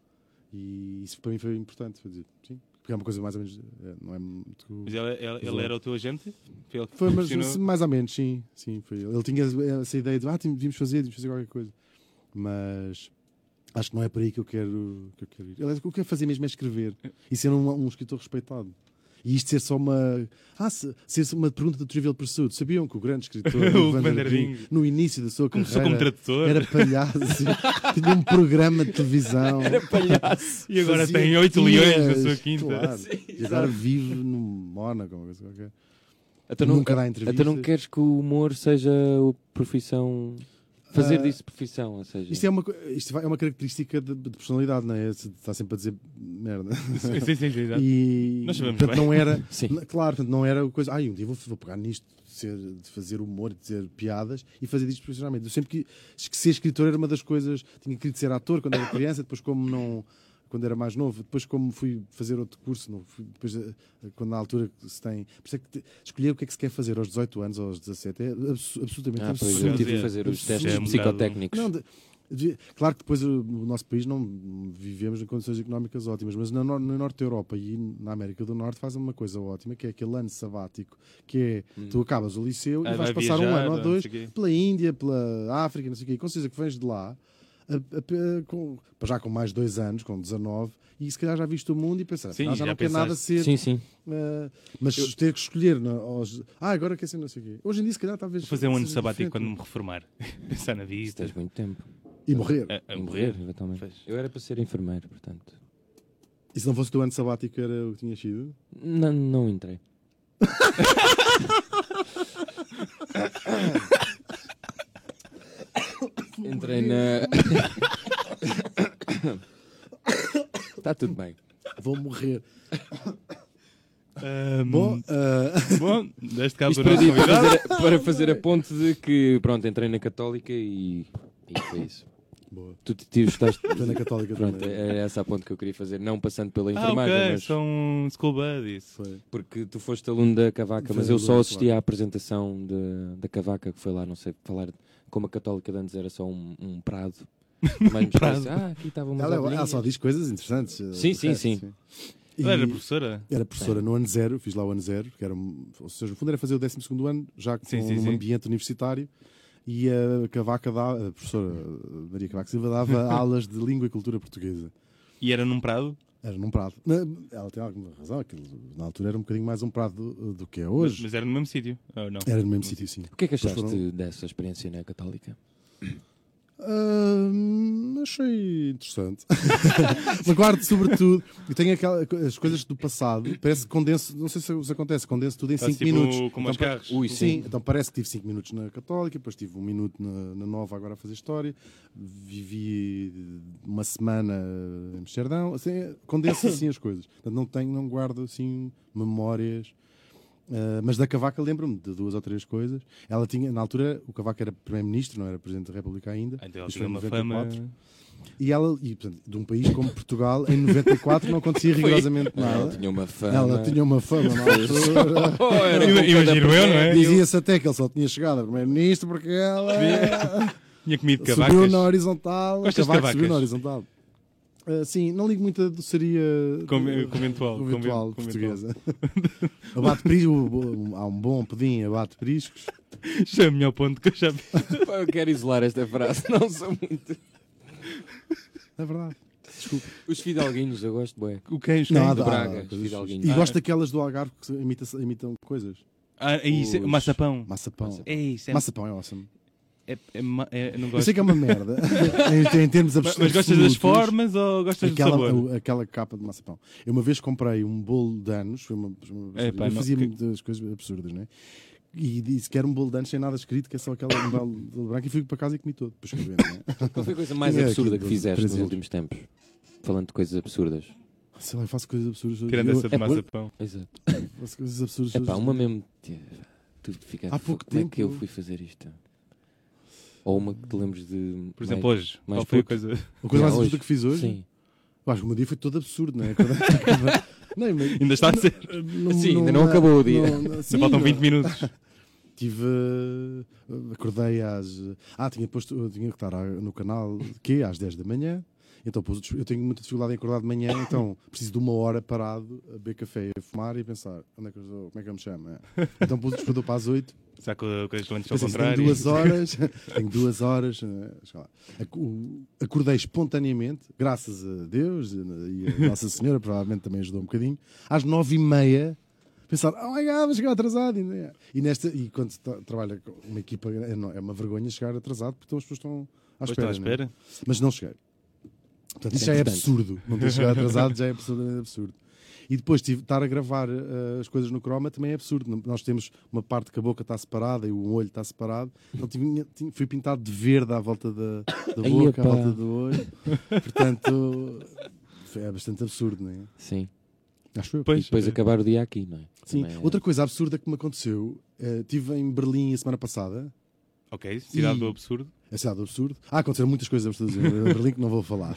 C: E isso para mim foi importante. Foi dizer, sim. Porque é uma coisa mais ou menos. eh, Não é muito.
A: Mas ele, ele- ele era o teu agente? Foi ele que
C: é. Foi mas, é
A: proporcionou?
C: se- mais ou menos, sim. sim foi. ele. Ele tinha essa ideia de ah, tem- devíamos fazer, devíamos fazer qualquer coisa. Mas acho que não é por aí que eu quero, que eu quero ir. Aliás, o que eu quero fazer mesmo é escrever e ser um, um escritor respeitado. E isto ser só uma. Ah, se- ser só uma pergunta do Trivial Pursuit. Sabiam que o grande escritor
A: O
C: Van der
A: Van der
C: Ding,
A: Ding.
C: no início da sua
A: Começou como
C: carreira,
A: tradutor
C: era palhaço, tinha um programa de televisão.
A: e agora
C: Fazia
A: tem 8 leões na
C: tias,
A: sua quinta.
C: Claro. E agora vive no Mónaco, uma coisa qualquer.
B: Até não,
C: Nunca dá entrevistas.
B: então não queres que o humor seja o profissão. Fazer
C: Ah,
B: disso profissão, ou seja.
C: Isto é uma, co- isto vai- é uma característica de, de personalidade, não é? Se Está sempre a dizer merda.
A: Sim, sim, sim, exato.
C: E,
A: Nós sabemos
C: portanto,
A: bem.
C: não era,
B: Sim.
C: N- Claro, portanto, não era coisa. Ai, um dia vou, vou pegar nisto de, ser- de fazer humor, de dizer piadas e fazer disto profissionalmente. Eu sempre que, que ser escritor era uma das coisas. Tinha querido ser ator quando era criança, depois, como não. Quando era mais novo, depois, como fui fazer outro curso, não fui- depois, eh, quando na altura que se tem. Por isso é que te- escolher o que é que se quer fazer aos 18 anos ou aos 17 é abso- absolutamente
B: Ah, pois
A: é.
B: eu
C: absurdo.
B: tive de fazer os
C: Absurdo.
B: testes
A: É um
B: psicotécnicos.
C: Não, de- devia- claro que depois o o nosso país não vivemos em condições económicas ótimas, mas na, nor- na Norte da Europa e na América do Norte fazem uma coisa ótima, que é aquele ano sabático, que é tu acabas o liceu
A: Hum. Ah,
C: e vais
A: vai
C: passar um
A: viajar,
C: ano ou
A: não
C: dois
A: sei quê.
C: pela Índia, pela África, não sei o quê, e com certeza que vens de lá. a- a- a- com- já com mais dois anos, com 19, e se calhar já viste o mundo e pensaste,
A: Sim,
C: "Ah, já,
A: já
C: não quer nada
A: pensaste.
C: ser
B: Sim, sim.
C: ah, mas ter que escolher. não, aos- ah, agora quer ser não sei o quê. Hoje em dia, se calhar, talvez.
A: Vou fazer um ano
C: seja
A: sabático
C: diferente.
A: quando me reformar. Pensar na
B: Isso
A: vida.
B: tens muito tempo.
C: E morrer.
A: A, a É
B: Morrer,
A: morrer.
B: eventualmente.
A: Pois.
B: Eu era para ser enfermeiro, portanto.
C: E se não fosse o teu ano sabático, era o que tinha sido?
B: Não, não entrei. entrei na. Está tudo bem.
C: Vou morrer.
A: Ahm,
C: Bom, ah,
A: bom, deste cabo
B: Isto
A: para o
B: para,
A: nosso
B: dizer- para
A: convidado.
B: fazer, a- para fazer a ponte de que, pronto, entrei na Católica e. E foi isso.
C: boa.
B: Tu, te- tu estás.
C: Estou na Católica
B: Pronto,
C: também.
A: é-
B: era essa a ponte que eu queria fazer, não é passando pela
A: Ah,
B: enfermagem,
A: ok,
B: mas
A: são school buddies.
C: Foi.
B: porque tu foste aluno da Cavaca, mas eu só
C: Claro.
B: assisti à apresentação de- da Cavaca, que foi lá, não sei, falar como a Católica de antes era só um, um prado.
C: Um
B: Mas
A: Prado.
B: ah, aqui estava uma
C: Ela, é- ela só diz coisas interessantes. eh,
B: Sim,
C: do
B: sim,
C: resto,
B: sim.
C: E
A: Ela era professora?
C: era professora no ano zero, fiz lá o ano zero, que era, um- ou seja, no fundo era fazer o 12 ano, já com
A: Sim, sim,
C: um
A: sim.
C: ambiente universitário. E a Cavaca, dava, a professora Maria Cavaca Silva, dava aulas de língua e cultura portuguesa.
A: E era num prado?
C: Era num prado. Na- Ela tem alguma razão, aquilo, na altura era um bocadinho mais um prado do, do que é
A: Mas,
C: hoje.
A: mas era no mesmo sítio. Ou não?
C: Era no mesmo sítio, sim.
B: O que é que achaste
C: Depois foram-
B: dessa experiência na Católica?
C: Hum, achei interessante. Guardo sobretudo. Eu tenho aquela, as coisas do passado, parece que condenso, não sei se isso acontece, condenso tudo em
A: Faz
C: 5
A: tipo
C: minutos.
A: como aos
C: Então,
A: carros.
B: Ui,
C: Sim. então parece que tive 5 minutos na Católica, depois tive um minuto na, na Nova agora a fazer História, vivi eh, uma semana eh, em Amsterdão, assim, condenso assim as coisas. Portanto, não tenho, não guardo assim memórias. Ah, mas da Cavaca lembro-me de duas ou três coisas. Ela tinha, na altura, o Cavaca era primeiro-ministro, não era presidente da República ainda.
A: Ah, Então ela
C: Isto
A: tinha
C: foi
A: uma
C: em
A: fama.
C: 94. E ela, e, portanto, de um país como Portugal, em 94 não acontecia rigorosamente
B: Ela
C: nada.
B: tinha uma fama.
C: Ela tinha uma fama na altura.
B: Oh, era
A: Ima-
B: com cada
A: imagino eu, não é?
B: prédio.
C: Dizia-se até que ele só tinha chegado a primeiro-ministro porque ela
A: Tinha comido
C: subiu
A: cavacas.
C: na horizontal.
A: Gostas de
C: Cavaco
A: cavacas?
C: subiu na horizontal. Ah, sim, não ligo muito a doçaria
A: Com-
C: eh,
A: conventual,
C: conventual
A: conven-
C: portuguesa. abate priscos, há um bom pudim, abate priscos.
A: Chame-me ao é ponto que eu já
C: né?
B: Pá, Eu quero isolar esta frase, não sou muito.
C: É verdade. Desculpe.
B: Os fidalguinhos, eu gosto, bué.
A: O queijo
C: Não,
A: não,
C: há-
B: De
C: Ah,
B: Braga, os
C: coisas
B: fidalguinhos.
C: E gosto daquelas do Algarve que se imita- imitam coisas.
A: Ah, é isso, é-
B: Os-
A: maçapão.
C: Maçapão.
B: Maçapão.
A: É isso, é,
C: Maçapão é awesome.
A: é, é ma- é- não
C: Eu
A: gosto.
C: sei que é uma merda. em, em termos
A: Mas,
C: abs-
A: mas gostas das
C: absolutos,
A: formas ou gostas do
C: Aquela,
A: sabor?
C: o- aquela capa de maçapão. Eu uma vez comprei um bolo de anos, foi uma, uma-
A: É, pá,
C: eu
A: não-
C: fazia
A: que-
C: muitas coisas absurdas, né? E disse que era um bolo de anos sem nada escrito, que é só aquela um bolo de branco, e fui para casa e comi todo. Depois comi, né?
B: Qual foi a coisa mais
C: Tinha
B: absurda que
C: aquilo,
B: fizeste nos
C: presente.
B: últimos tempos? Falando de coisas absurdas.
C: é? Sei lá, eu faço coisas absurdas. todos os
A: Tirando
C: dias.
A: essa de
B: é por-
A: maçapão.
B: Exato.
C: Eu faço coisas absurdas.
B: É
C: todos
B: pá,
C: os
B: uma
C: dias.
B: mesmo. Tu fica...
C: Há pouco
B: Como é
C: tempo-
B: que eu fui fazer isto? Ou uma que te lembres de.
A: Por exemplo,
B: mais-
A: hoje.
B: mais
A: qual foi a
B: puto.
A: coisa?
C: A coisa mais
B: Não,
C: absurda que fiz hoje,
B: Sim.
C: eu acho que o meu dia foi todo absurdo, né? Cada- cada- não é?
A: Ainda está a ser.
B: Sim, ainda não acabou o dia.
A: Só faltam 20
C: minutos.
A: minutos.
C: Tive. eh, Acordei às. Ah, tinha posto. eu Tinha que estar a- no canal que às 10 da manhã. Então, pus, eu tenho muita dificuldade em acordar de manhã, então preciso de uma hora parado a beber café, a fumar e a pensar: onde é que eu estou? Como é que eu me chamo? É. Então, pus o despertador para as 8.
A: Será que a coisa que antes ao
C: Pensei, tenho
A: contrário?
C: duas horas. tenho duas horas. eh, sei lá. Ac- o- Acordei espontaneamente, graças a Deus e a Nossa Senhora, provavelmente também ajudou um bocadinho. Às nove e meia, pensar, oh my god, vou chegar atrasado. E, né? E nesta, e quando se tra- trabalha com uma equipa, é, não- é uma vergonha chegar atrasado porque então as pessoas estão à
A: Pois
C: espera.
A: estão à
C: né?
A: espera?
C: Mas não cheguei. Portanto, isso
B: É
C: já é
B: importante.
C: absurdo. Não ter chegado atrasado já é absolutamente absurdo. E depois tive, estar a gravar eh, as coisas no croma também é absurdo. Não- Nós temos uma parte que a boca está separada e o olho está separado. Então tinha- tinha- fui pintado de verde à volta da, da
B: Ai,
C: boca, à
B: epá.
C: volta do olho. Portanto, é bastante absurdo, não é?
B: Sim.
C: Acho eu.
B: E depois acabar o dia aqui, não é?
C: Sim.
B: Também é-
C: Outra coisa absurda que me aconteceu, eh, estive em Berlim a semana passada,
A: Ok, cidade
C: E-
A: do absurdo.
C: a cidade do absurdo. Ah, aconteceram muitas coisas absurdas em Berlim que não vou falar.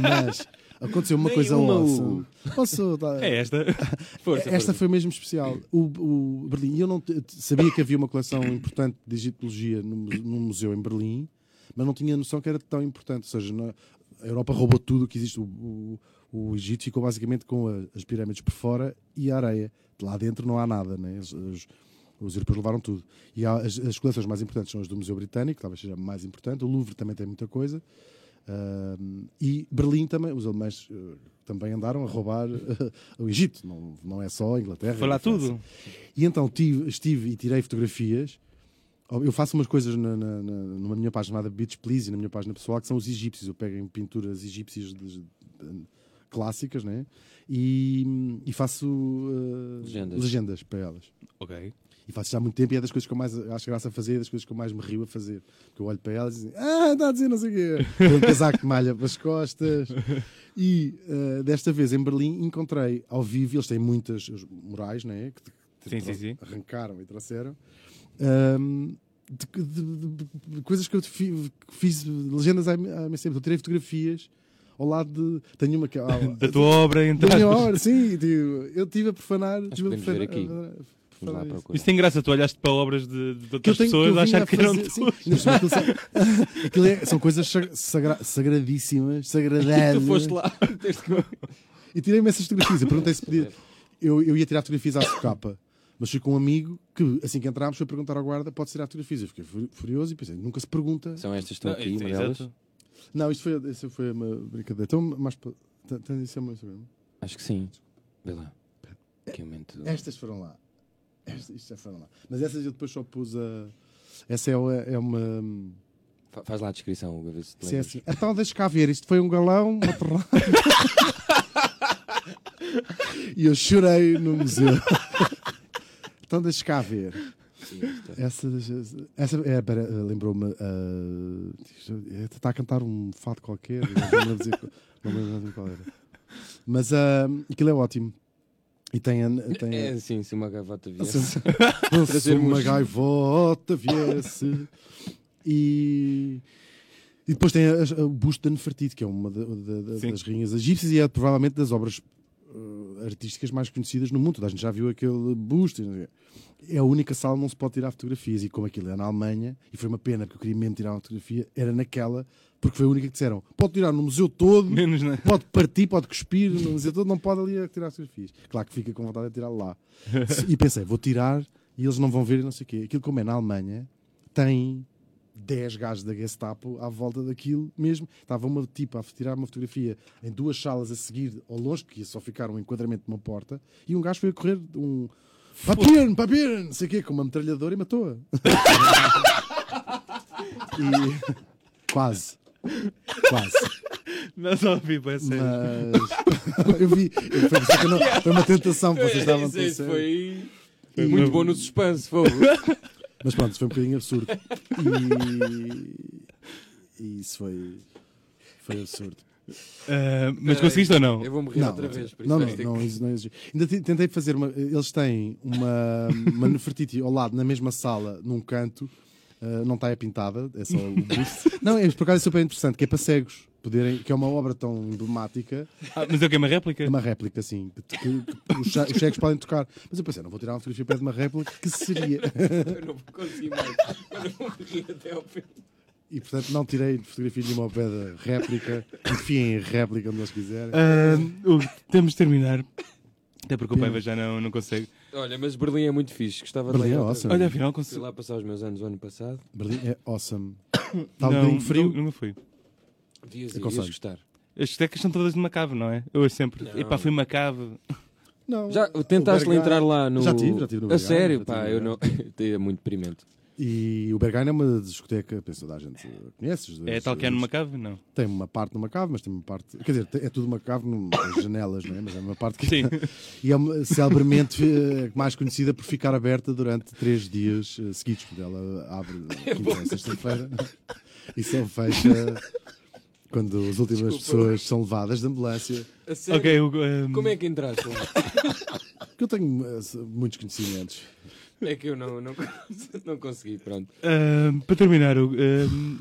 C: Mas aconteceu uma
B: Nem
C: coisa
B: uma,
C: awesome.
B: Hugo.
C: Posso dar-
A: É esta. Força,
C: Esta
A: força.
C: foi mesmo especial. O, o Berlim, eu não t- t- sabia que havia uma coleção importante de egiptologia num, mu- num museu em Berlim, mas não tinha noção que era tão importante. Ou seja, na- a Europa roubou tudo o que existe. O, o- o Egito ficou basicamente com a- as pirâmides por fora e a areia. De lá dentro não há nada, né? Os- os- os europeus levaram tudo. E há- as, as coleções mais importantes são as do Museu Britânico, que talvez seja a mais importante. O Louvre também tem muita coisa. Ahm, e Berlim também, os alemães eh, também andaram a roubar o Egito, não, não é só a Inglaterra.
A: Foi lá
C: a França.
A: tudo.
C: E então tive- estive e tirei fotografias. Eu faço umas coisas na, na- na- numa minha página chamada Beach Please e na minha página pessoal que são os egípcios. Eu pego em pinturas egípcias de- de- clássicas né? e, e faço eh,
B: Legendas.
C: legendas para elas.
A: Ok.
C: E faço já há muito tempo e é das coisas que eu mais acho graça a fazer, é das coisas que eu mais me rio a fazer. Porque eu olho para elas e dizem, ah, está a dizer não sei o quê. Com um casaco de malha para as costas. E eh, desta vez em Berlim encontrei ao vivo, eles têm muitas os murais, né? Que, que
A: Sim, sim, sim.
C: arrancaram e trouxeram. ahm, de, de- de- de coisas que eu fi- que fiz, legendas à, minha- à minha sempre. Eu tirei fotografias ao lado de. Tenho uma que. ah,
A: Da tua obra, então.
C: da minha hora, sim. Digo, eu estive a profanar.
B: que
C: tive a
B: podemos ver
C: profanar-
B: aqui.
C: a- a- a
B: Vamos lá
C: profanar
B: à
C: isso
B: procura.
A: Isso tem graça, é tu olhaste para obras de, de
C: que eu
A: outras
C: tenho
A: pessoas
C: que
A: a
C: eu
A: achar
C: vim
A: que
C: a
A: eram
C: fazer- sim,
A: tuas.
C: ainda por cima aquilo são, aquilo é- são coisas sa- sagra- sagradíssimas, sagradas.
D: Tu foste lá. tens de-
C: E tirei-me essas fotografias. Eu perguntei se podia. Eu, eu ia tirar fotografias à socapa, mas fui com um amigo que, assim que entrámos, foi perguntar ao guarda: pode tirar fotografias? Eu fiquei fu- furioso e pensei: nunca se pergunta.
B: São estas que estão
A: Não,
B: aqui,
A: isso é
B: amarelas?
A: exato.
C: Não, isto foi, isso foi uma brincadeira. Então, mais. pa- t- Tens isso ao meu Instagram?
B: Acho que sim. Vê lá.
C: É-
B: Que momento.
C: Estas foram lá. Estas, isto já foram lá. Mas essas eu depois só pus a. Essa é, uma- é uma.
B: Fa- Faz lá a descrição, Hugo, a ver se te
C: Sim, é
B: lembras.
C: assim. Então deixa cá ver, isto foi um galão, uma torrada. e eu chorei no museu. então deixa cá ver.
B: Sim, é. está.
C: Essa, essa é, pera, lembrou-me. ah, isto- é, está a cantar um fado qualquer, não me lembro dizer qual- não me lembro dizer qual era. Mas ah, aquilo é ótimo. E tem. a- tem a-
B: É, sim, se uma gavata viesse.
C: se- Não, se
B: Trazermos-
C: uma gaivota viesse. E, e depois tem as- o busto da Nefertiti, que é uma da- da- da-
A: Sim.
C: das rainhas egípcias e é provavelmente das obras eh, artísticas mais conhecidas no mundo. Toda A gente já viu aquele busto. e não sei o quê. É a única sala onde não se pode tirar fotografias. E como aquilo é na Alemanha, e foi uma pena porque eu queria mesmo tirar uma fotografia, era naquela, porque foi a única que disseram: pode tirar no museu todo,
A: Menos, né?
C: pode partir, pode cuspir, não dizer tudo, não pode ali tirar fotografias. Claro que fica com vontade de tirar lá. E pensei, vou tirar e eles não vão ver e não sei o quê. Aquilo como é na Alemanha, tem 10 gajos da Gestapo à volta daquilo mesmo. Estava uma tipa a tirar uma fotografia em duas salas a seguir, ao longe, que ia só ficar um enquadramento de uma porta, e um gajo foi a correr um... Papieren, papieren, não sei o quê, com uma metralhadora e matou-a. e... Quase. Quase.
A: Não, só vi, pá, é sério.
C: Mas eu vi, eu- foi, por isso que eu não- foi uma tentação,
B: É
C: vocês estavam a
D: Isso- isso
C: pensar.
D: Foi.
A: Foi
B: Muito
A: uma-
B: bom no suspense, fogo.
C: Mas pronto, isso foi um bocadinho absurdo. E, e isso foi, foi absurdo.
A: Ah, mas conseguiste ou não?
B: Eu vou morrer
C: Não,
B: outra vez. Por
C: não,
B: isso
C: não,
B: vais ter
C: não,
B: que-
C: isso não existe. Ainda te- tentei fazer uma. Eles têm uma, uma Nefertiti ao lado, na mesma sala, num canto. ah, não está é pintada, é só o busto. Não, é, por acaso é super interessante, que é para cegos poderem, que é uma obra tão emblemática
A: Ah, mas é o que é uma réplica?
C: É uma réplica, sim. Que, que- que os, che- os cheques podem tocar. Mas eu pensei, não vou tirar uma fotografia pé de uma réplica, que seria.
D: Eu não consegui mais. Eu não morri até ao fim.
C: E portanto não tirei fotografia nenhuma ao pé da réplica. Enfim, réplica onde eles quiserem.
A: Ah, Hugo, temos de terminar. Até porque o
C: Pena.
A: Paiva já não, não consegue.
B: Olha, mas Berlim é muito fixe. Gostava
C: Berlim
B: de lá.
C: é
B: ir outra
C: awesome.
B: vez.
A: Olha, afinal
B: Fui
A: consegui.
B: lá passar os meus anos o ano passado.
C: Berlim é awesome. Está um
A: Não,
C: bocadinho frio.
A: nunca fui.
B: Devias ir,
C: Aconselho.
B: ias gostar.
A: As estecas são todas de uma cave, não é? Eu sempre.
B: Não.
A: Epá, fui uma cave.
C: Não,
B: Já
C: o
B: tentaste
C: Berghain-
B: entrar lá no.
C: Já tive, já tive no
B: A
C: Berghain, já
B: sério,
C: tive
B: pá,
C: no
B: eu não.
C: Berghain.
B: é muito deprimente.
C: E o Berghain é uma discoteca, penso toda a gente conheces.
A: É
C: das-
A: tal que é
C: das-
A: numa cave? Não.
C: Tem uma parte numa cave, mas tem uma parte. Quer dizer, é tudo uma cave, num- as janelas, não é? Mas é uma parte que.
A: Sim.
C: E é uma- celebremente eh, mais conhecida por ficar aberta durante três dias eh, seguidos, porque ela abre quinta e sexta-feira e só fecha quando as últimas
D: Desculpa.
C: pessoas são levadas de ambulância.
D: A sério?
A: Ok, o, ehm,
D: Como é que entraste?
C: Que eu tenho eh, muitos conhecimentos.
D: É que eu não, não, não consegui, pronto.
A: ehm, para terminar, o, ehm,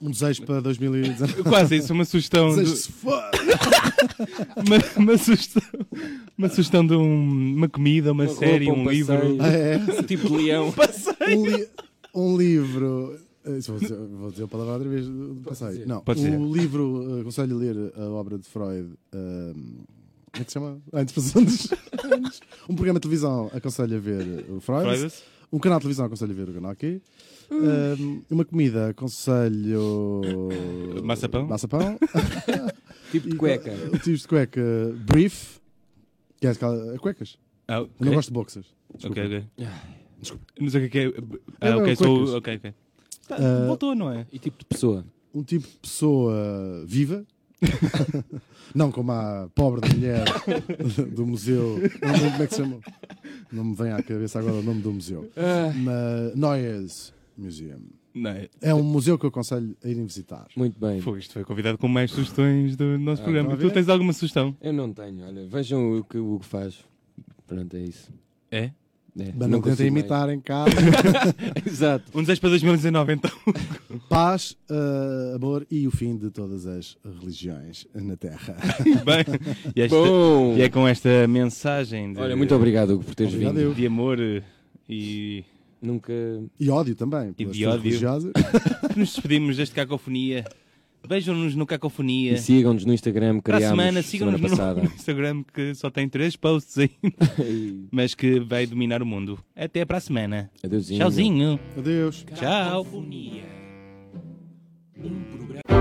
C: Um desejo para 2019.
A: quase isso, uma sugestão.
C: Desejo
A: do-
C: que se foda!
A: uma, uma sugestão, uma sugestão de um- uma comida, uma,
D: Uma roupa,
A: série,
D: um
A: um livro.
D: passeio.
C: Ah, é?
D: Tipo leão.
C: um, li- um livro. eh, Isso vou, dizer, vou dizer a palavra outra vez. do- do passeio.
D: dizer.
C: Não,
A: Pode
C: um
A: dizer.
C: livro, eh, aconselho a ler a obra de Freud. eh, como é que se chama? A Antecipação dos Anos. Um programa de televisão aconselho a ver o Freud.
A: Fridays?
C: Um canal de televisão aconselho a ver o canal aqui.
D: Hum.
C: Eh, uma comida aconselho.
A: Maçapão?
C: Maçapão.
D: Tipo de cueca.
C: O tipo de cueca brief. Que é aquela- cuecas.
A: Ah,
C: Eu
A: ok,
C: não gosto de boxers.
A: ok, ok.
C: Desculpa.
A: Não sei o que é que é. Ah,
C: não,
A: ok,
C: cuecas.
A: sou. Ok, ok. Tá,
C: Ah,
A: Voltou, não é?
B: E tipo de pessoa?
C: um tipo de pessoa viva, não como a pobre da mulher do museu, não sei como é que se chama, não me vem à cabeça agora o nome do museu, mas Noyes Museum.
A: Não é.
C: É um museu que eu aconselho a irem visitar.
B: Muito bem.
A: Fogo, isto foi convidado com mais sugestões do nosso
B: Ah,
A: programa.
C: estão a
A: Tu
C: ver?
A: tens alguma sugestão?
B: Eu não tenho, olha, vejam o que o Hugo faz. Pronto, é isso.
A: É?
B: É,
C: Mas não, tentem
B: consigo mais.
C: imitar em casa.
B: Exato.
A: Um desejo para 2019, então.
C: Paz, eh, amor e o fim de todas as religiões na Terra.
A: Bem, e, esta-
B: Bom!
A: e é com esta mensagem de,
B: Olha, muito obrigado, Hugo, por teres
C: Obrigado,
B: vindo.
C: eu.
A: de amor eh, e
B: Nunca.
C: E ódio também, pelas
A: de
C: pessoas
A: ódio.
C: religiosas.
A: nos despedimos deste Cacofonia. Vejam-nos no Cacofonia.
B: E sigam-nos no Instagram,
A: Para a
B: criámos
A: semana, sigam-nos no
B: passada.
A: Instagram que só tem três posts aí,
B: E
A: mas que vai dominar o mundo. Até para a semana.
B: Adeusinho.
A: Tchauzinho.
C: Adeus.
A: Tchau.
D: Cacofonia. Um programa.